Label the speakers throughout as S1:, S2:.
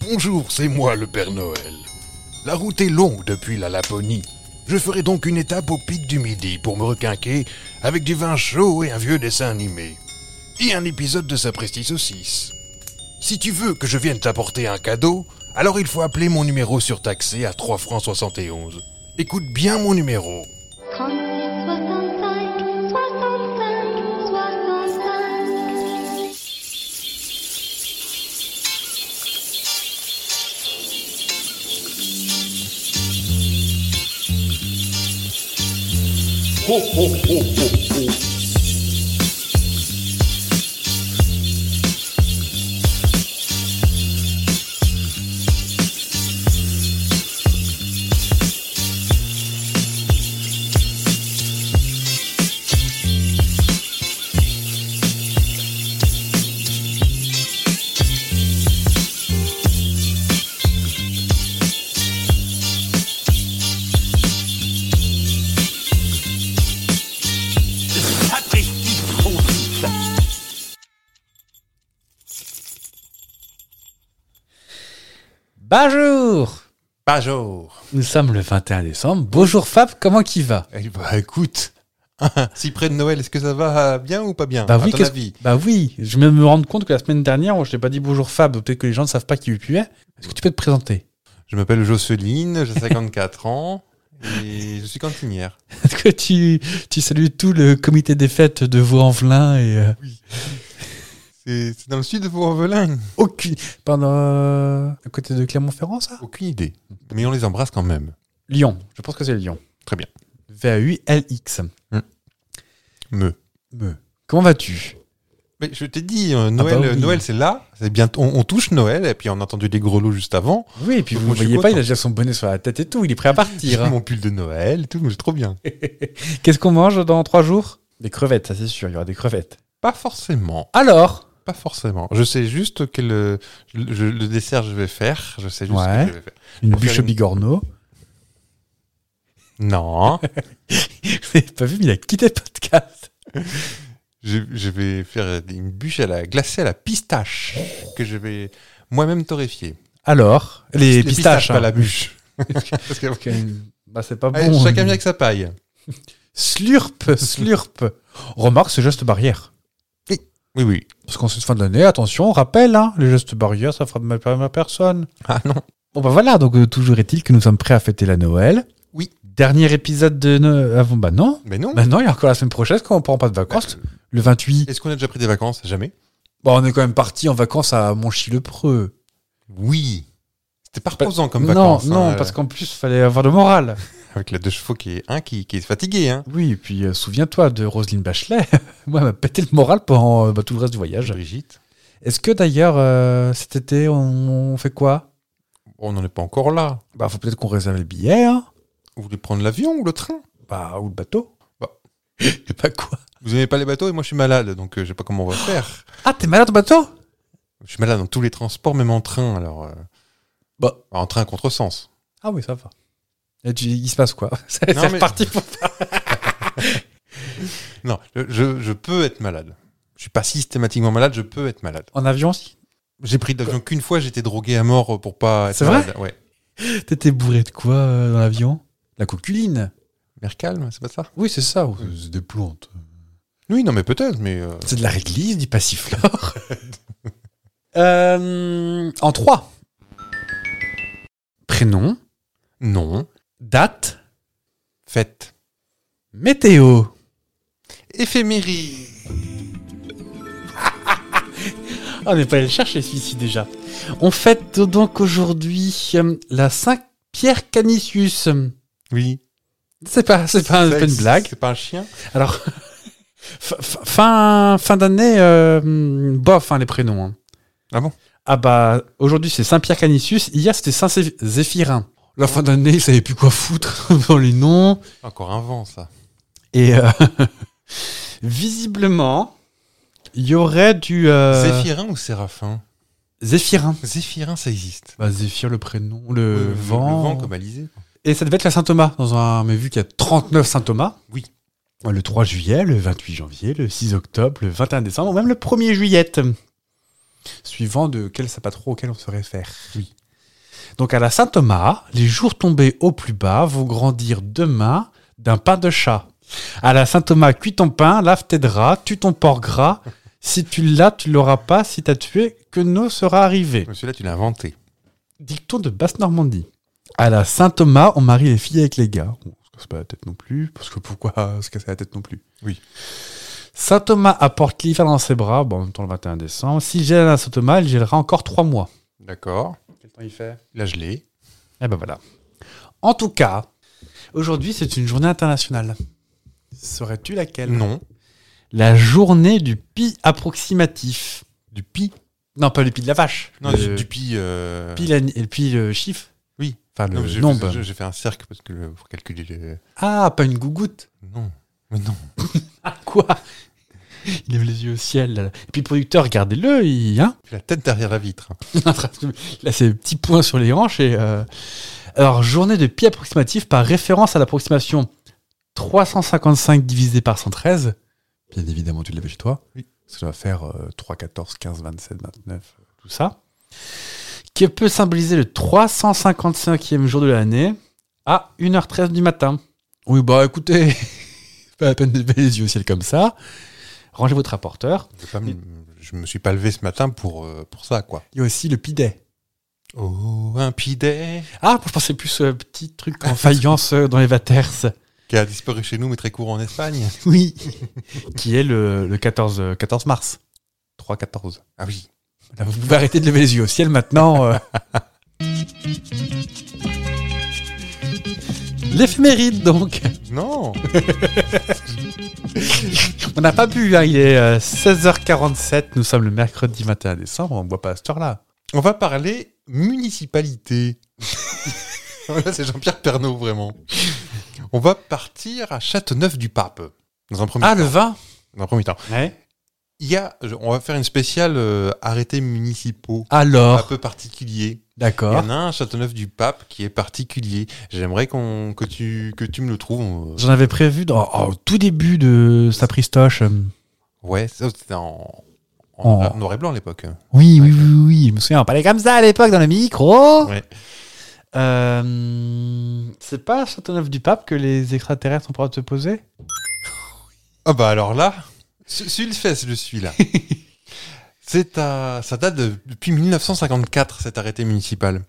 S1: Bonjour, c'est moi le Père Noël. La route est longue depuis la Laponie. Je ferai donc une étape au pic du midi pour me requinquer avec du vin chaud et un vieux dessin animé. Et un épisode de Sapristi Saucisse. Si tu veux que je vienne t'apporter un cadeau, alors il faut appeler mon numéro surtaxé à 3 francs 71. Écoute bien mon numéro.
S2: 30, 65, 65, 65.
S3: Sapristi saucisse.
S4: Bonjour
S5: Bonjour.
S4: Nous sommes le 21 décembre. Bonjour Fab, comment qui va
S5: Eh bah écoute, si près de Noël, est-ce que ça va bien ou pas bien
S4: Bah
S5: à
S4: oui,
S5: ton
S4: qu'est-ce-
S5: avis
S4: Bah oui, je viens de me rendre compte que la semaine dernière, je t'ai pas dit bonjour Fab, peut-être que les gens ne savent pas qui tu es. Est-ce que tu peux te présenter
S5: Je m'appelle Jocelyne, j'ai 54 ans et je suis cantinière.
S4: Est-ce que tu, tu salues tout le comité des fêtes de Vaux-en-Velin et euh,
S5: C'est c'est dans le sud de Vaux-en-Velin
S4: aucune... Pendant... euh, à côté de Clermont-Ferrand, ça
S5: Aucune idée. Mais on les embrasse quand même.
S4: Lyon, je pense que c'est Lyon.
S5: Très bien.
S4: V-A-U-L-X.
S5: Me.
S4: Comment vas-tu
S5: Mais je t'ai dit, euh, Noël,
S4: bah oui.
S5: euh, Noël c'est là, c'est bientôt, on, on touche Noël et puis on a entendu des gros lots juste avant.
S4: Oui, et puis vous
S5: Moi,
S4: ne
S5: je suis
S4: voyez pas, il a
S5: content.
S4: déjà son bonnet sur la tête et tout, il est prêt à
S5: J'ai
S4: partir. hein.
S5: mon pull de Noël et tout, mais c'est trop bien.
S4: Qu'est-ce qu'on mange dans trois jours Des crevettes, ça c'est sûr, il y aura des crevettes.
S5: Pas forcément,
S4: Alors
S5: pas forcément. Je sais juste que le, je- le dessert je vais faire, je sais juste
S4: Ouais.
S5: ce que je vais faire.
S4: Une
S5: Pour faire
S4: bûche
S5: une-
S4: bigorneau.
S5: Non,
S4: Vous n'avez pas vu, mais il a quitté le podcast.
S5: Je, je vais faire une bûche à la glacée à la pistache que je vais moi-même torréfier.
S4: Alors Les,
S5: Les
S4: pistaches. hein.
S5: pas la bûche. Parce que-
S4: Bah, c'est pas
S5: Allez,
S4: bon.
S5: chacun vient avec sa paille.
S4: Slurp, slurp. Remarque ce geste barrière.
S5: Oui, oui.
S4: Parce qu'en cette fin d'année, attention, on rappelle, hein, les gestes barrières, ça fera de mal à ma personne.
S5: Ah non.
S4: Bon bah voilà, donc euh, toujours est-il que nous sommes prêts à fêter la Noël.
S5: Oui.
S4: Dernier épisode de Noël. Avant, bah non.
S5: Mais non.
S4: Bah non, il y a encore la semaine prochaine, quand on prend pas de vacances.
S5: Euh,
S4: Le 28.
S5: Est-ce qu'on a déjà pris des vacances Jamais.
S4: Bon, on est quand même parti en vacances à Monchy-le-Preux.
S5: Oui. C'était pas
S4: Pas-
S5: reposant comme
S4: Bah, Non,
S5: vacances.
S4: non,
S5: hein,
S4: parce qu'en plus, fallait avoir le moral.
S5: Avec la deux chevaux qui est un qui, qui est fatigué. Hein.
S4: Oui, et puis euh, souviens-toi de Roselyne Bachelet. Moi, elle m'a pété le moral pendant euh, bah, tout le reste du voyage.
S5: Brigitte.
S4: Est-ce que d'ailleurs, euh, cet été, on, on fait quoi
S5: On n'en est pas encore là.
S4: Bah, faut peut-être qu'on réserve les billets, hein
S5: Vous voulez prendre l'avion ou le train
S4: Bah, ou le bateau.
S5: Bah.
S4: Bah quoi
S5: Vous n'aimez pas les bateaux et moi je suis malade, donc euh, je sais pas comment on va faire.
S4: Ah, t'es malade au bateau
S5: Je suis malade dans tous les transports, même en train. Alors, euh,
S4: Bah.
S5: en train contre sens.
S4: Ah oui, ça va. Et tu- il se passe quoi C'est
S5: Non,
S4: c'est
S5: mais-
S4: reparti pour...
S5: Non, je, je- je peux être malade. Je suis pas systématiquement malade, je peux être malade.
S4: En avion aussi
S5: J'ai pris d'avion qu'une fois, j'étais drogué à mort pour pas être
S4: C'est
S5: malade. Ouais.
S4: T'étais bourré de quoi euh, dans l'avion La coculine
S5: Mercalme, c'est pas ça
S4: Oui, c'est ça. Euh, C'est des plantes.
S5: Oui, non, mais peut-être, mais. euh,
S4: C'est de la réglisse, du passiflore. Euh, en trois. Prénom,
S5: Non.
S4: date,
S5: Fête.
S4: météo.
S5: Éphémérie.
S4: Ah, on n'est pas allé le chercher celui-ci déjà. On fête donc aujourd'hui euh, la Saint Pierre Canisius.
S5: Oui.
S4: C'est pas, c'est pas, un-
S5: Ça,
S4: pas une
S5: c'est-
S4: blague.
S5: C'est pas un chien
S4: Alors, fin- fin, fin d'année, euh, bof, hein, les prénoms. hein.
S5: Ah bon
S4: Ah bah, aujourd'hui c'est Saint-Pierre Canisius, hier c'était Saint-Zéphirin. La fin d'année, ils savaient plus quoi foutre dans les noms.
S5: Encore un vent, ça.
S4: Et euh, visiblement, il y aurait du... euh,
S5: Zéphirin ou Séraphin
S4: Zéphirin.
S5: Zéphirin, ça existe. Euh,
S4: Bah, Zéphir, le prénom, le,
S5: Le- le-
S4: vent.
S5: Le vent comme Alizé.
S4: Et ça devait être la Saint-Thomas, dans un... mais vu qu'il y a 39 Saint-Thomas. Euh,
S5: Oui.
S4: Le 3 juillet, le 28 janvier, le 6 octobre, le 21 décembre, ou même le 1er juillet. Suivant de quel sapatro auquel on se réfère. Oui. Donc à la Saint-Thomas, les jours tombés au plus bas vont grandir demain d'un pain de chat. À la Saint-Thomas, cuis ton pain, lave tes draps, tue ton porc gras. Si tu l'as, tu l'auras pas. Si t'as tué, que nous sera arrivé.
S5: Celui-là, tu l'as inventé.
S4: Dicton de Basse-Normandie. À la Saint-Thomas, on marie les filles avec les gars. On se casse pas la tête non plus, parce que pourquoi se casser la tête non plus
S5: Oui.
S4: Saint Thomas apporte l'hiver dans ses bras, bon, en même temps le 21 décembre. S'il gèle à Saint Thomas, il gèlera encore trois mois.
S5: D'accord.
S4: Quel temps il fait
S5: Là, je l'ai.
S4: Eh ben voilà. En tout cas, aujourd'hui, c'est une journée internationale. Saurais-tu laquelle
S5: Non.
S4: La journée du pi approximatif. Du pi Non, pas le pi de la vache.
S5: Non,
S4: le
S5: du, du pi. euh,
S4: pi, la- et puis le chiffre.
S5: Oui.
S4: Enfin,
S5: Non,
S4: le
S5: j'ai-
S4: nombre.
S5: j'ai- J'ai fait un cercle parce que le- pour calculer le.
S4: Ah, pas une gougoute.
S5: Non. Mais non.
S4: Ah, quoi Il lève les yeux au ciel. là. Et puis, le producteur, regardez-le, il, hein
S5: J'ai la tête derrière la vitre. hein.
S4: Là, c'est petit point sur les hanches. Et, euh, Alors, journée de pi approximatif par référence à l'approximation 355 divisé par 113. Bien évidemment, tu l'avais chez toi.
S5: Oui.
S4: Ça doit faire euh, 3, 14, 15, 27, 29, euh, tout ça. Qui peut symboliser le 355e jour de l'année à 1h13 du matin. Oui, bah écoutez, pas la peine de lever les yeux au ciel comme ça. Rangez votre rapporteur.
S5: Je vais pas me- Je me suis pas levé ce matin pour, euh, pour ça, quoi.
S4: Il y a aussi le pidet.
S5: Oh, un pidet
S4: Ah, je pensais plus euh, petit truc en faïence euh, dans les vaters.
S5: qui a disparu chez nous, mais très court en Espagne.
S4: Oui. qui est le, le 14, euh, 14 mars. 3-14.
S5: Ah oui.
S4: Là, vous pouvez arrêter de lever les yeux au ciel maintenant. euh. L'éphéméride, donc.
S5: Non
S4: On n'a pas bu, hein, il est euh, 16h47. Nous sommes le mercredi 21 décembre. On ne boit pas à cette heure-là.
S5: On va parler municipalité. Là, c'est Jean-Pierre Pernaud, vraiment. On va partir à Châteauneuf-du-Pape. Dans un premier,
S4: Ah, le vin
S5: dans un premier temps. Il y a, je- on va faire une spéciale euh, arrêtés municipaux. Un
S4: Alors,
S5: peu particulier. Il y
S4: d'accord.
S5: en a un, Châteauneuf-du-Pape, qui est particulier. J'aimerais qu'on que, tu, que tu me le trouves. euh,
S4: J'en avais prévu dans, au tout début de Sapristoche. euh,
S5: Ouais, ça, c'était en, en,
S4: En-
S5: en noir et blanc à l'époque.
S4: Oui,
S5: Ouais.
S4: oui, oui, oui, je me souviens, on parlait comme ça à l'époque dans le micro.
S5: Ouais.
S4: Euh, c'est pas à Châteauneuf du Pape que les extraterrestres ont pas se poser
S5: Ah bah alors là, su- sur le fesse, je suis là. C'est à, ça date de- depuis 1954, cet arrêté municipal,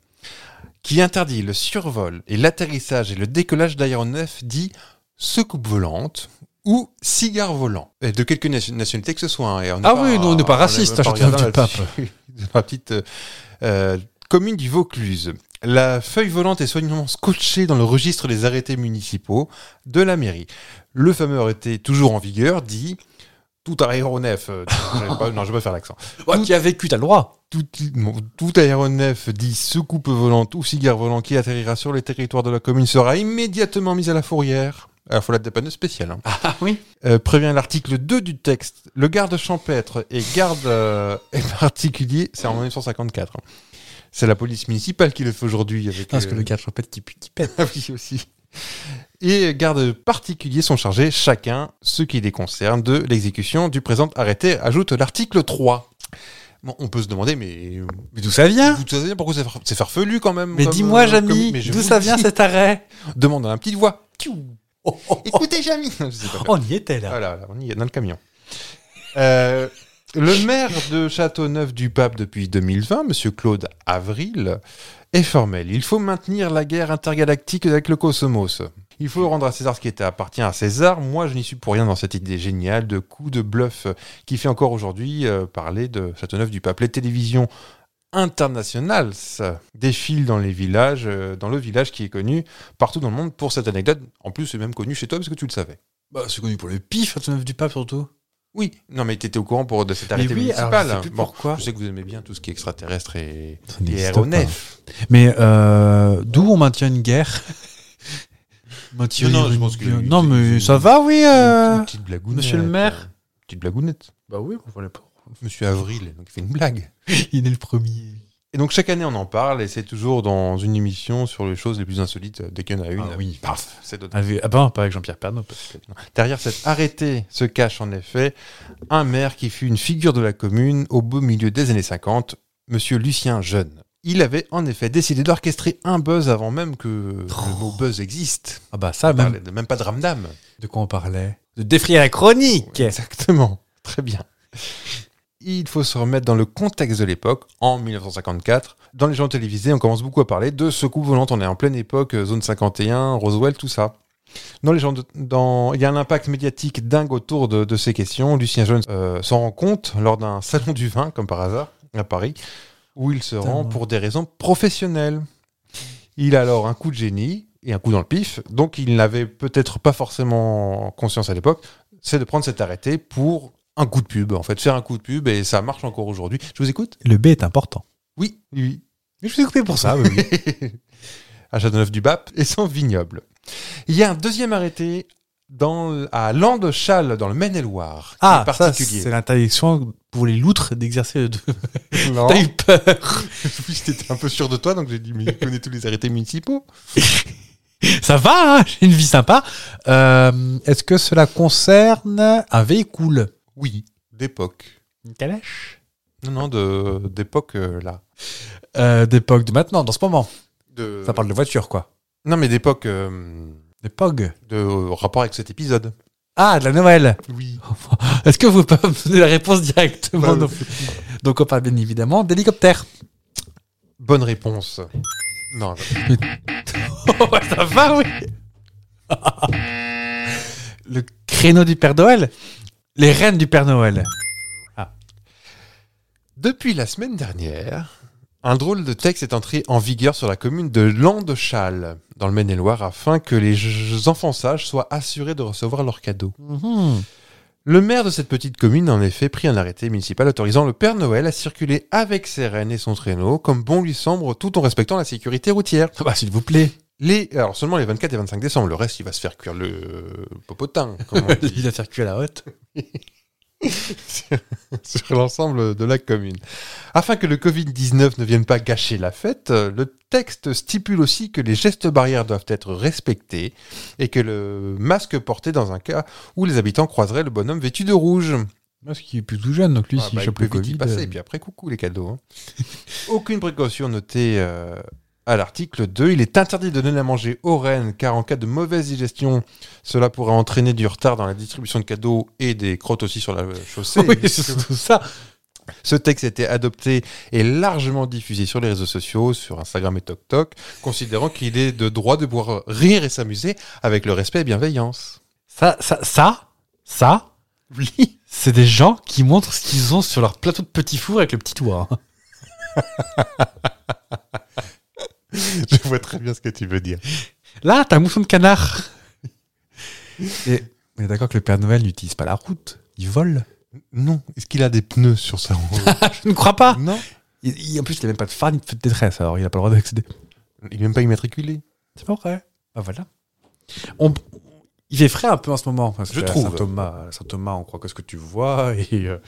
S5: qui interdit le survol et l'atterrissage et le décollage d'aéronefs dits secoupe volante ou cigare volant. Et de quelque nation- nationalité que ce soit. hein, et on n'est
S4: Ah oui, nous, on n'est pas
S5: on
S4: raciste hein,
S5: même
S4: à Châteauneuf
S5: regardant
S4: du
S5: là-dessus. Dans la petite euh, euh, commune du Vaucluse. La feuille volante est soigneusement scotchée dans le registre des arrêtés municipaux de la mairie. Le fameux arrêté toujours en vigueur dit tout aéronef. euh, je vais pas- non, je vais pas faire l'accent.
S4: Ouais, qui a vécu, t'as le droit.
S5: Tout, bon, tout aéronef dit soucoupe volante ou cigare volant qui atterrira sur le territoire de la commune sera immédiatement mise à la fourrière. Alors, faut la dépanneuse spéciale. hein.
S4: Ah oui
S5: Euh, prévient l'article 2 du texte. Le garde champêtre et garde euh, et particulier, c'est en 1954. hein. C'est la police municipale qui le fait aujourd'hui. avec,
S4: Parce que
S5: euh,
S4: le gars, je répète, qui, pu- qui pète.
S5: ah oui, aussi. Et gardes particuliers sont chargés, chacun, ce qui les concerne, de l'exécution du présent arrêté, ajoute l'article 3. Bon, on peut se demander, mais
S4: Mais d'où ça vient
S5: vous savez bien pourquoi c'est far- c'est farfelu quand même
S4: euh, Mais
S5: comme- euh,
S4: dis-moi,
S5: comme-
S4: Jamy,
S5: mais je
S4: d'où
S5: vous
S4: ça
S5: le
S4: vient
S5: dis.
S4: cet arrêt
S5: Demande à la petite voix.
S4: Oh, oh, oh,
S5: Écoutez, Jamy Je sais pas faire.
S4: On y était là.
S5: Voilà, voilà, Ah on y est dans le camion. Euh, le maire de Châteauneuf-du-Pape depuis 2020, Monsieur Claude Avril, est formel. Il faut maintenir la guerre intergalactique avec le cosmos. Il faut rendre à César ce qui est- appartient à César. Moi, je n'y suis pour rien dans cette idée géniale de coup de bluff qui fait encore aujourd'hui euh, parler de Châteauneuf-du-Pape. Les télévisions internationales ça, défilent dans les villages, euh, dans le village qui est connu partout dans le monde pour cette anecdote. En plus, c'est même connu chez toi parce que tu le savais.
S4: Bah, c'est connu pour le pif, Châteauneuf du Pape surtout.
S5: Oui, non, mais tu étais au courant pour de cet
S4: Mais
S5: arrêté
S4: oui, alors,
S5: municipal.
S4: je sais plus
S5: Bon,
S4: pourquoi.
S5: je sais que vous aimez bien tout ce qui est extraterrestre et,
S4: Ça
S5: et
S4: n'existe
S5: aéronef.
S4: Mais euh, d'où on maintient une guerre Maintenir
S5: Non, non, je
S4: une
S5: pense que-
S4: guerre- Non, mais ça va, oui. euh.
S5: Une petite blagounette.
S4: monsieur le maire
S5: euh, Petite blagounette.
S4: Bah oui, on voulait pas.
S5: Monsieur Avril, donc il fait une blague.
S4: Il est le premier.
S5: Et donc chaque année, on en parle et c'est toujours dans une émission sur les choses les plus insolites. euh, Dès qu'il y en a une,
S4: Ah oui.
S5: paf, c'est d'autres.
S4: Avec- Ah ben, pas avec Jean-Pierre Pernaut. parce que-
S5: Derrière cet arrêté se cache en effet un maire qui fut une figure de la commune au beau milieu des années 50, monsieur Lucien Jeune. il avait en effet décidé d'orchestrer un buzz avant même que le mot buzz existe.
S4: Ah bah ça,
S5: On
S4: même,
S5: parlait de- même pas de ramdam.
S4: de quoi on parlait De défrayer la chronique
S5: Exactement. Très bien. Il faut se remettre dans le contexte de l'époque, en 1954. Dans les journaux télévisés, on commence beaucoup à parler de secoues volantes. On est en pleine époque, euh, zone 51, Roswell, tout ça. Dans les journaux de- dans, il y a un impact médiatique dingue autour de, de ces questions. Lucien Jones euh, s'en rend compte lors d'un salon du vin, comme par hasard, à Paris, où il se
S4: Putain,
S5: rend
S4: moi.
S5: pour des raisons professionnelles. Il a alors un coup de génie et un coup dans le pif, donc il n'avait peut-être pas forcément conscience à l'époque c'est de prendre cet arrêté pour un coup de pub, en fait. Faire un coup de pub, et ça marche encore aujourd'hui. Je vous écoute
S4: Le B est important.
S5: Oui, oui.
S4: Mais je vous ai coupé pour ça, oui. oui.
S5: à Châteauneuf-du-Bap et son vignoble. Il y a un deuxième arrêté dans, à Landechal, dans le Maine-et-Loire, qui
S4: Ah,
S5: est
S4: ça,
S5: particulier.
S4: c'est l'interdiction pour les loutres d'exercer le...
S5: Non.
S4: T'as eu peur
S5: Oui, J'étais un peu sûr de toi, donc j'ai dit, mais il connaît tous les arrêtés municipaux.
S4: Ça va, hein j'ai une vie sympa. Euh, Est-ce que cela concerne un véhicule
S5: Oui, d'époque.
S4: Une calèche
S5: Non, non, de- d'époque, euh, là.
S4: euh, D'époque de maintenant, dans ce moment.
S5: De...
S4: Ça parle de voiture, quoi.
S5: Non, mais d'époque, euh,
S4: Des POG.
S5: de euh, rapport avec cet épisode.
S4: Ah, de la Noël
S5: Oui.
S4: Est-ce que vous pouvez me donner la réponse directement
S5: Bah,
S4: non plus Donc on parle bien évidemment d'hélicoptère.
S5: Bonne réponse. Non,
S4: Ouais, ça va, oui Le créneau du Père Noël Les reines du Père Noël.
S5: Depuis la semaine dernière, un drôle de texte est entré en vigueur sur la commune de Landechal, dans le Maine-et-Loire, afin que les j- enfants sages soient assurés de recevoir leurs cadeaux.
S4: Mhm.
S5: Le maire de cette petite commune a en effet pris un arrêté municipal autorisant le Père Noël à circuler avec ses rennes et son traîneau comme bon lui semble tout en respectant la sécurité routière.
S4: Ah bah, s'il vous plaît.
S5: Les, alors seulement les 24 et 25 décembre, le reste il va se faire cuire le euh, popotin comme on dit,
S4: Il a faire cuire la hotte.
S5: sur l'ensemble de la commune. Afin que le Covid-19 ne vienne pas gâcher la fête, euh, le texte stipule aussi que les gestes barrières doivent être respectés et que le masque porté dans un cas où les habitants croiseraient le bonhomme vêtu de rouge.
S4: Parce qu'il est plus tout jeune, donc lui,
S5: Ah
S4: s'il
S5: bah, il
S4: chope
S5: peut
S4: le
S5: vite y
S4: Covid...
S5: passer,
S4: euh,
S5: et puis après, coucou les cadeaux. hein. Aucune précaution notée euh, à l'article 2. Il est interdit de donner à manger aux rennes, car en cas de mauvaise digestion, cela pourrait entraîner du retard dans la distribution de cadeaux et des crottes aussi sur la euh, chaussée.
S4: Oui, c'est surtout ça.
S5: Ce texte était adopté et largement diffusé sur les réseaux sociaux, sur Instagram et TokTok, considérant qu'il est de droit de pouvoir rire et s'amuser avec le respect et bienveillance.
S4: Ça, ça, ça, ça, oui. c'est des gens qui montrent ce qu'ils ont sur leur plateau de petit four avec le petit toit. hein.
S5: Je vois très bien ce que tu veux dire.
S4: Là, t'as un mousson de canard. Et on est d'accord que le Père Noël n'utilise pas la route, il vole.
S5: Non, est-ce qu'il a des pneus sur sa roue
S4: Je ne crois pas.
S5: Non,
S4: Il- il- en plus, il n'a même pas de phare ni de feu de détresse, alors il n'a pas le droit d'accéder.
S5: il est même pas immatriculé.
S4: C'est pas vrai. Ah voilà. On- Il fait frais un peu en ce moment. parce
S5: Je
S4: que à
S5: trouve.
S4: Saint-Thomas, à Saint-Thomas, on croit que ce que tu vois. Et euh,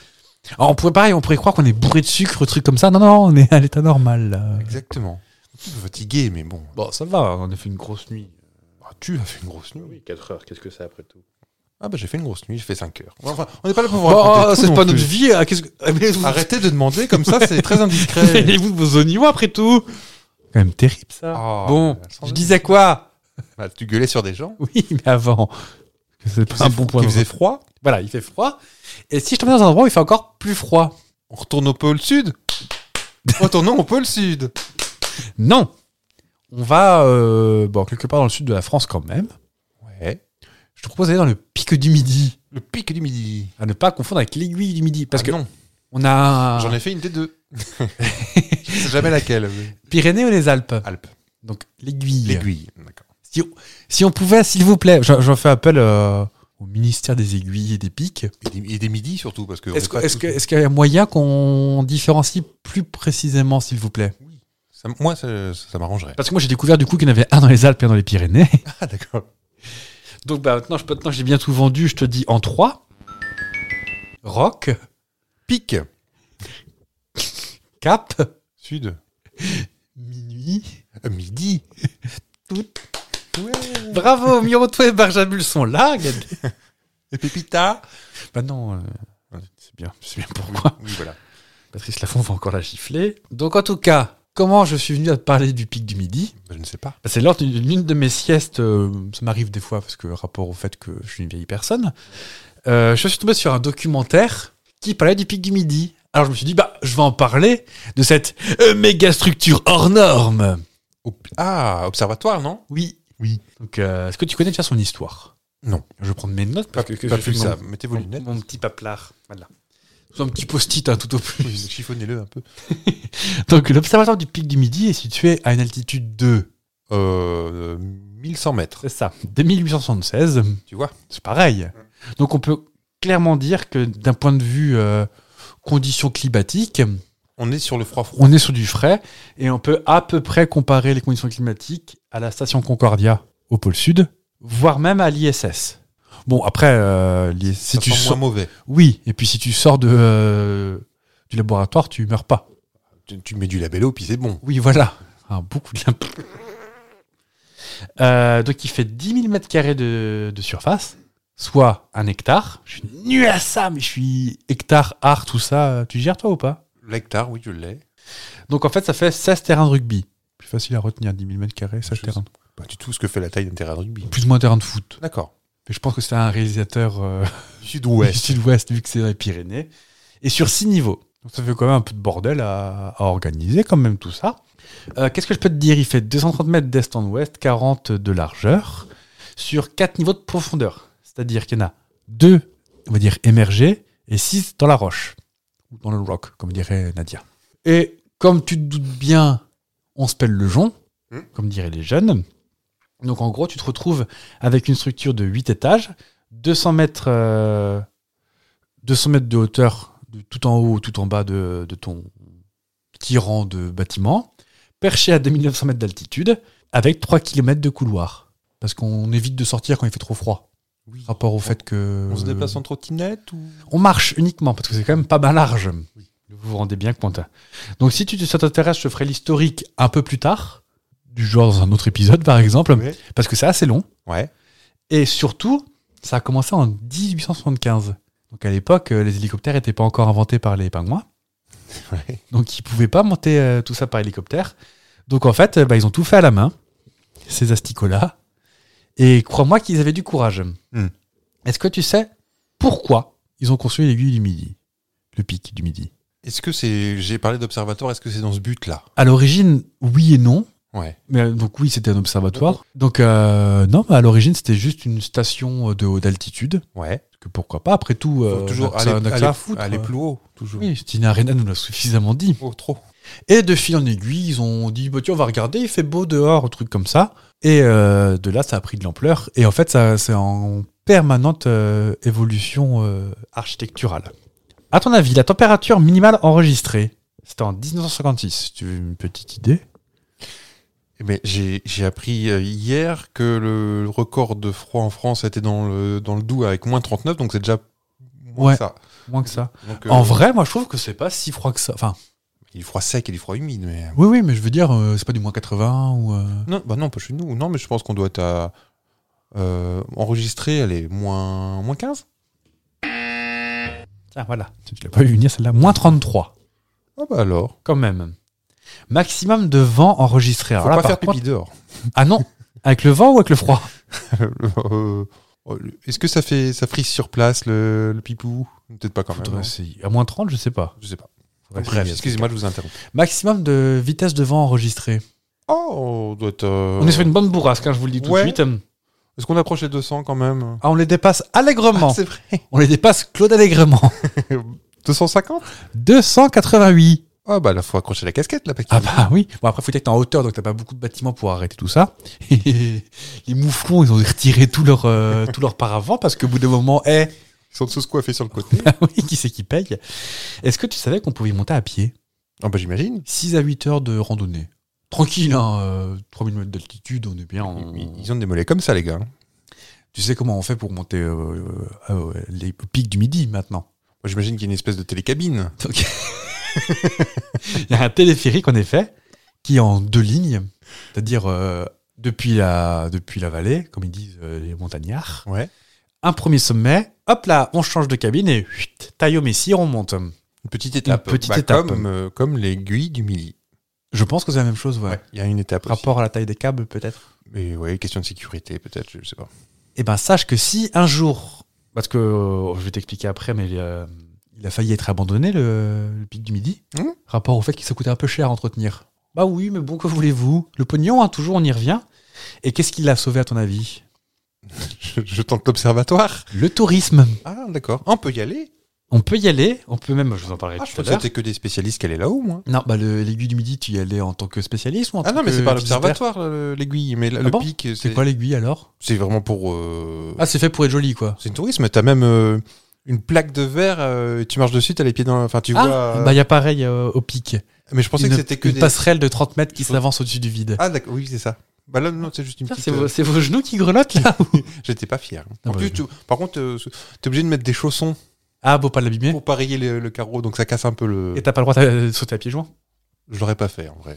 S4: ah, on pourrait pareil, on pourrait croire qu'on est bourré de sucre, truc comme ça. Non, non, on est à l'état normal. là.
S5: Exactement. Un peu fatigué, mais bon.
S6: Bah,
S4: Bon, ça va, hein. on a fait une grosse nuit.
S5: Ah, tu as fait une grosse nuit.
S6: Oui, 4 heures, qu'est-ce que c'est après tout
S5: Ah bah j'ai fait une grosse nuit, j'ai fait 5 heures. Enfin, on n'est pas là pour vous raconter
S4: Bon,
S5: tout
S4: c'est
S5: non
S4: pas
S5: plus.
S4: notre vie. hein, Qu'est-ce que... Mais vous-
S5: Arrêtez de demander comme ça, c'est très indiscret.
S4: Réveillez-vous de vos oignons après tout. Quand même terrible ça.
S5: Ah,
S4: bon,
S5: sans
S4: je
S5: doute.
S4: disais quoi
S5: Ah, tu gueulais sur des gens
S4: Oui, mais avant. que C'est pas un bon point.
S5: qui
S4: de
S5: faisait froid
S4: Voilà, il fait froid. Et si je tombe dans un endroit où il fait encore plus froid
S5: On retourne au pôle sud Retournons au pôle sud
S4: Non On va euh, bon, quelque part dans le sud de la France quand même.
S5: Ouais.
S4: Je te propose d'aller dans le pic du midi.
S5: Le pic du midi.
S4: À ne pas confondre avec l'aiguille du midi. Parce
S5: Ah
S4: que Ah.
S5: non,
S4: on a un-
S5: j'en ai fait une des deux. Je sais jamais laquelle. mais-
S4: Pyrénées ou les Alpes
S5: Alpes.
S4: Donc l'aiguille.
S5: L'aiguille. D'accord.
S4: Si, on- si on pouvait, s'il vous plaît, j'en j'en fais appel euh, au ministère des aiguilles et des pics.
S5: Et des, et des midis surtout, parce que. on
S4: Est-ce
S5: est pas
S4: que- est-ce
S5: tous-
S4: que- est-ce qu'il y a moyen qu'on différencie plus précisément, s'il vous plaît
S5: Ça- moi, ça, ça m'arrangerait.
S4: Parce que moi, j'ai découvert du coup qu'il y en avait un dans les Alpes et un dans les Pyrénées.
S5: Ah, d'accord.
S4: Donc bah, maintenant, je, maintenant que j'ai bien tout vendu, je te dis en trois. Rock,
S5: Pic.
S4: cap,
S5: Sud.
S4: minuit,
S5: Euh, Midi.
S4: tout.
S5: Ouais.
S4: Bravo, Miroto et Barjabul sont là. regardez.
S5: Et Pépita.
S4: bah non, euh, c'est bien, c'est bien pourquoi.
S5: Oui, voilà.
S4: Patrice Lafont va encore la gifler. Donc en tout cas, Comment je suis venu à te parler du pic du midi
S5: Ben, Je ne sais pas.
S4: Bah, C'est lors d'une d'une de mes siestes, euh, ça m'arrive des fois parce que rapport au fait que je suis une vieille personne, euh, je suis tombé sur un documentaire qui parlait du pic du midi. Alors je me suis dit, bah, je vais en parler de cette euh, méga structure hors norme.
S5: Ob- Ah, observatoire, non
S4: Oui.
S5: Oui.
S4: Donc, euh, est-ce que tu connais déjà son histoire
S5: Non.
S4: Je vais prendre mes notes parce que, que
S5: pas
S4: j'ai
S5: plus que
S4: mon-
S5: ça. Mettez vos
S4: mon,
S5: lunettes.
S4: mon petit paplard. Voilà. Sous un petit post-it, hein, tout au plus.
S5: Oui, Chiffonnez-le un peu.
S4: Donc, l'observatoire du pic du midi est situé à une altitude de.
S5: Euh, 1100 mètres,
S4: C'est ça. Dès 1876.
S5: tu vois.
S4: C'est pareil. Donc, on peut clairement dire que d'un point de vue euh, conditions climatiques,
S5: On est sur le froid froid.
S4: on est sur du frais et on peut à peu près comparer les conditions climatiques à la station Concordia au pôle sud, voire même à l'ISS. Bon, après, euh, l'ISS, si
S5: Ça
S4: tu
S5: sent
S4: sors-
S5: moins mauvais.
S4: Oui, et puis si tu sors de, euh, du laboratoire, tu meurs pas.
S5: Tu, tu mets du labello, puis c'est bon.
S4: Oui, voilà. Ah, beaucoup de limp- Euh, donc, il fait 10 000 mètres carrés de, de surface, soit un hectare. Je suis nu à ça, mais je suis hectare, art, tout ça. euh, Tu gères, toi, ou pas
S5: L'hectare, oui, je l'ai.
S4: Donc, en fait, ça fait 16 terrains de rugby. Plus facile à retenir, 10 000 mètres carrés, 16
S5: Je
S4: terrains.
S5: Pas du tout ce que fait la taille d'un terrain de rugby.
S4: Plus ou moins un terrain de foot.
S5: D'accord.
S4: Mais je pense que c'est un réalisateur euh, du
S5: Sud-ouest.
S4: sud-ouest, vu que c'est dans les Pyrénées. Et sur six niveaux. Donc ça fait quand même un peu de bordel à, à organiser, quand même, tout ça. Euh, Qu'est-ce que je peux te dire Il fait 230 mètres d'est en ouest, 40 de largeur, sur quatre niveaux de profondeur. C'est-à-dire qu'il y en a deux, on va dire, émergés, et six dans la roche. Ou dans le rock, comme dirait Nadia. Et comme tu te doutes bien, on se pèle le jonc,
S5: Hmm.
S4: comme diraient les jeunes. Donc en gros, tu te retrouves avec une structure de 8 étages, 200 mètres, euh, 200 mètres de hauteur, de tout en haut, tout en bas de, de ton petit rang de bâtiment, perché à 2900 mètres d'altitude, avec 3 km de couloir. Parce qu'on évite de sortir quand il fait trop froid.
S5: Oui.
S4: Rapport au fait que.
S5: On se déplace en trottinette ou
S4: On marche uniquement, parce que c'est quand même pas mal large. Vous vous rendez bien compte. hein. Donc si tu, ça t'intéresse, je te ferai l'historique un peu plus tard, du genre dans un autre épisode par exemple,
S5: Ouais.
S4: parce que c'est assez long.
S5: Ouais.
S4: Et surtout, ça a commencé en 1875. Donc à l'époque, euh, les hélicoptères n'étaient pas encore inventés par les pingouins.
S5: Ouais.
S4: Donc ils pouvaient pas monter euh, tout ça par hélicoptère. Donc en fait, euh, bah, ils ont tout fait à la main, ces asticots-là. Et crois-moi qu'ils avaient du courage.
S5: Hmm.
S4: Est-ce que tu sais pourquoi ils ont construit l'aiguille du midi Le pic du midi
S5: Est-ce que c'est. J'ai parlé d'observatoire, est-ce que c'est dans ce but-là
S4: À l'origine, oui et non.
S5: Ouais.
S4: Mais, euh, donc oui, c'était un observatoire. Donc euh, non, mais à l'origine, c'était juste une station euh, de haute altitude.
S5: Ouais.
S4: Que pourquoi pas Après tout,
S5: Faut
S4: euh,
S5: toujours
S4: on a que ça-
S5: aller,
S4: on a que
S5: aller-
S4: ça à foutre.
S5: aller
S4: euh.
S5: plus haut, toujours.
S4: Oui, Tina Arena nous l'a suffisamment dit.
S5: Oh, trop.
S4: Et de fil en aiguille, ils ont dit bah, tiens, on va regarder, il fait beau dehors, un truc comme ça. Et euh, de là, ça a pris de l'ampleur. Et en fait, ça c'est en permanente euh, évolution euh, architecturale. À ton avis, la température minimale enregistrée, c'était en 1956. si Tu veux une petite idée
S5: Eh ben, j'ai j'ai appris euh, hier que le record de froid en France était dans le, dans le Doubs avec moins 39, donc c'est déjà moins
S4: Ouais.
S5: que ça.
S4: Moins que ça.
S5: Donc, euh,
S4: En vrai, moi, je trouve que c'est pas si froid que ça. Enfin,
S5: Il y a du froid sec et du froid humide, mais.
S4: oui, oui, mais je veux dire, euh, c'est pas du moins 80 ou. euh,
S5: Non, bah non, pas chez nous. Non, mais je pense qu'on doit être à, euh, enregistré, allez, moins, moins 15
S4: Tiens, voilà. Tu l'as pas vu venir, celle-là. Moins 33,
S5: Ah bah alors.
S4: quand même. Maximum de vent enregistré.
S5: Faut
S4: Alors là,
S5: pas
S4: par
S5: faire pipi
S4: contre-
S5: dehors.
S4: Ah non Avec le vent ou avec le froid
S5: Euh, Est-ce que ça fait ça frise sur place le, le pipou Peut-être pas quand même. hein.
S4: À moins 30, je sais pas.
S5: Je sais pas.
S4: Faudrait
S5: Bref,
S4: essayer.
S5: excusez-moi de vous interrompre.
S4: Maximum de vitesse de vent enregistrée.
S5: Oh, on doit être. euh,
S4: On est sur une bonne bourrasque, hein, je vous le dis tout de
S5: Ouais.
S4: suite.
S5: Est-ce qu'on approche les 200 quand même Ah,
S4: Ah, on les dépasse allègrement.
S5: C'est vrai.
S4: on les dépasse Claude allègrement.
S5: 250
S4: 288.
S5: Ah bah là, faut accrocher la casquette là,
S4: Ah
S5: Paquita.
S4: bah oui. Bon, après, faut dire que t'es en hauteur, donc t'as pas beaucoup de bâtiments pour arrêter tout ça. Et les mouflons, ils ont retiré tout leur, euh, tout leur paravent parce qu'au bout d'un moment, eh,
S5: Ils sont tous coiffés sur le côté.
S4: Ah oui, qui c'est qui paye Est-ce que tu savais qu'on pouvait monter à pied
S5: ah bah j'imagine.
S4: 6 à 8 heures de randonnée. Tranquille, hein, euh, 3000 mètres d'altitude, on est bien. on-
S5: Ils ils ont des mollets comme ça, les gars. Moi,
S4: Tu sais comment on fait pour monter euh, euh, euh, les pics du midi maintenant
S5: j'imagine qu'il y a une espèce de télécabine.
S4: Donc, Il y a un téléphérique, en effet, qui est en deux lignes, c'est-à-dire euh, depuis, la, depuis la vallée, comme ils disent euh, les montagnards.
S5: Ouais.
S4: Un premier sommet, hop là, on change de cabine et huit, taille au messie, on monte.
S5: Une petite étape.
S4: Une petite
S5: Bah,
S4: étape.
S5: Comme, euh, comme l'aiguille du midi.
S4: Je pense que c'est la même chose, ouais.
S5: Ouais, il y a une étape.
S4: Rapport à la taille des câbles, peut-être.
S5: aussi. Mais ouais, question de sécurité, peut-être, je sais pas.
S4: Eh ben, sache que si un jour, parce que euh, je vais t'expliquer après, mais euh, il a failli être abandonné le, le pic du midi,
S5: Mmh.
S4: rapport au fait qu'il ça coûtait un peu cher à entretenir. Bah oui, mais bon, que voulez-vous Le pognon, hein, toujours, on y revient. Et qu'est-ce qui l'a sauvé à ton avis
S5: Je, je tente l'observatoire.
S4: Le tourisme.
S5: Ah, d'accord. On peut y aller.
S4: On peut y aller, on peut même, je vous en parlerai
S5: Ah, je
S4: tout à
S5: pensais que
S4: l'heure.
S5: c'était que des spécialistes qui allaient là-haut, moi.
S4: Non, bah le- l'aiguille du midi, tu y allais en tant que spécialiste ou en
S5: Ah
S4: tant
S5: non, mais
S4: que
S5: c'est par
S4: visiteur
S5: l'observatoire, le- l'aiguille. Mais le
S4: Ah bon
S5: pic,
S4: C'est
S5: c'est
S4: quoi l'aiguille alors
S5: C'est vraiment pour. euh,
S4: Ah, c'est fait pour être joli, quoi.
S5: C'est une tourisme. T'as même euh, une plaque de verre. euh, tu marches dessus, t'as les pieds dans. Enfin, tu vois.
S4: Ah,
S5: euh,
S4: bah il y a pareil euh, au pic.
S5: mais je pensais
S4: une,
S5: que c'était que
S4: une
S5: des.
S4: passerelle de 30 mètres qui s'avance au-dessus du vide.
S5: Ah d'accord. Oui, c'est ça. Bah là, non, c'est juste une
S4: Putain,
S5: petite.
S4: c'est vos,
S5: euh,
S4: c'est vos genoux qui grelottent là
S5: J'étais pas fier.
S4: Ah
S5: En
S4: bah,
S5: plus,
S4: je-
S5: tu- par contre, euh, t'es obligé de mettre des chaussons
S4: Ah, beau pas l'abîmer.
S5: pour parier le, le carreau, donc ça casse un peu le.
S4: Et t'as pas le droit de de sauter à pieds joints
S5: Je l'aurais pas fait en vrai.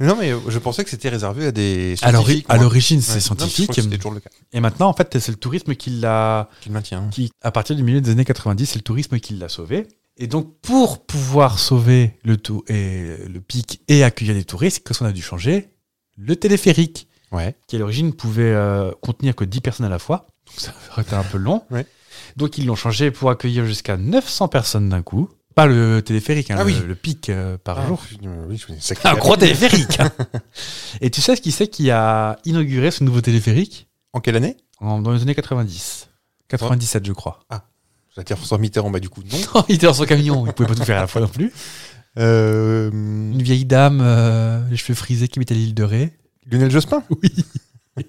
S5: non, mais euh, je pensais que c'était réservé à des.
S4: À l'ori-
S5: scientifiques,
S4: à
S5: moi.
S4: l'origine,
S5: Ouais.
S4: c'est
S5: Non, je
S4: scientifique.
S5: crois que C'était toujours le cas.
S4: Et maintenant, en fait, c'est le tourisme qui l'a.
S5: Qui le hein. maintient.
S4: Qui, à partir du milieu des années 90, c'est le tourisme qui l'a sauvé. Et donc, pour pouvoir sauver le, tou- et le pic et accueillir des touristes, qu'est-ce qu'on a dû changer Le téléphérique.
S5: Ouais.
S4: qui à l'origine pouvait euh, contenir que 10 personnes à la fois. Donc ça aurait été un peu long.
S5: Ouais.
S4: Donc ils l'ont changé pour accueillir jusqu'à 900 personnes d'un coup. Pas le téléphérique, hein,
S5: Ah
S4: le,
S5: oui.
S4: le pic euh, par
S5: Ah,
S4: jour.
S5: je- oui, je- c'est-
S4: Un gros téléphérique hein. Et tu sais ce qui c'est qui a inauguré ce nouveau téléphérique
S5: En quelle année
S4: En- Dans les années 90. 97, je crois.
S5: C'est-à-dire François Mitterrand, bah du coup non.
S4: Oh, il était dans son camion, il pouvait pas tout faire à la fois non plus.
S5: Euh,
S4: Une vieille dame, euh, les cheveux frisés, qui mettait l'île de Ré.
S5: Lionel Jospin
S4: Oui.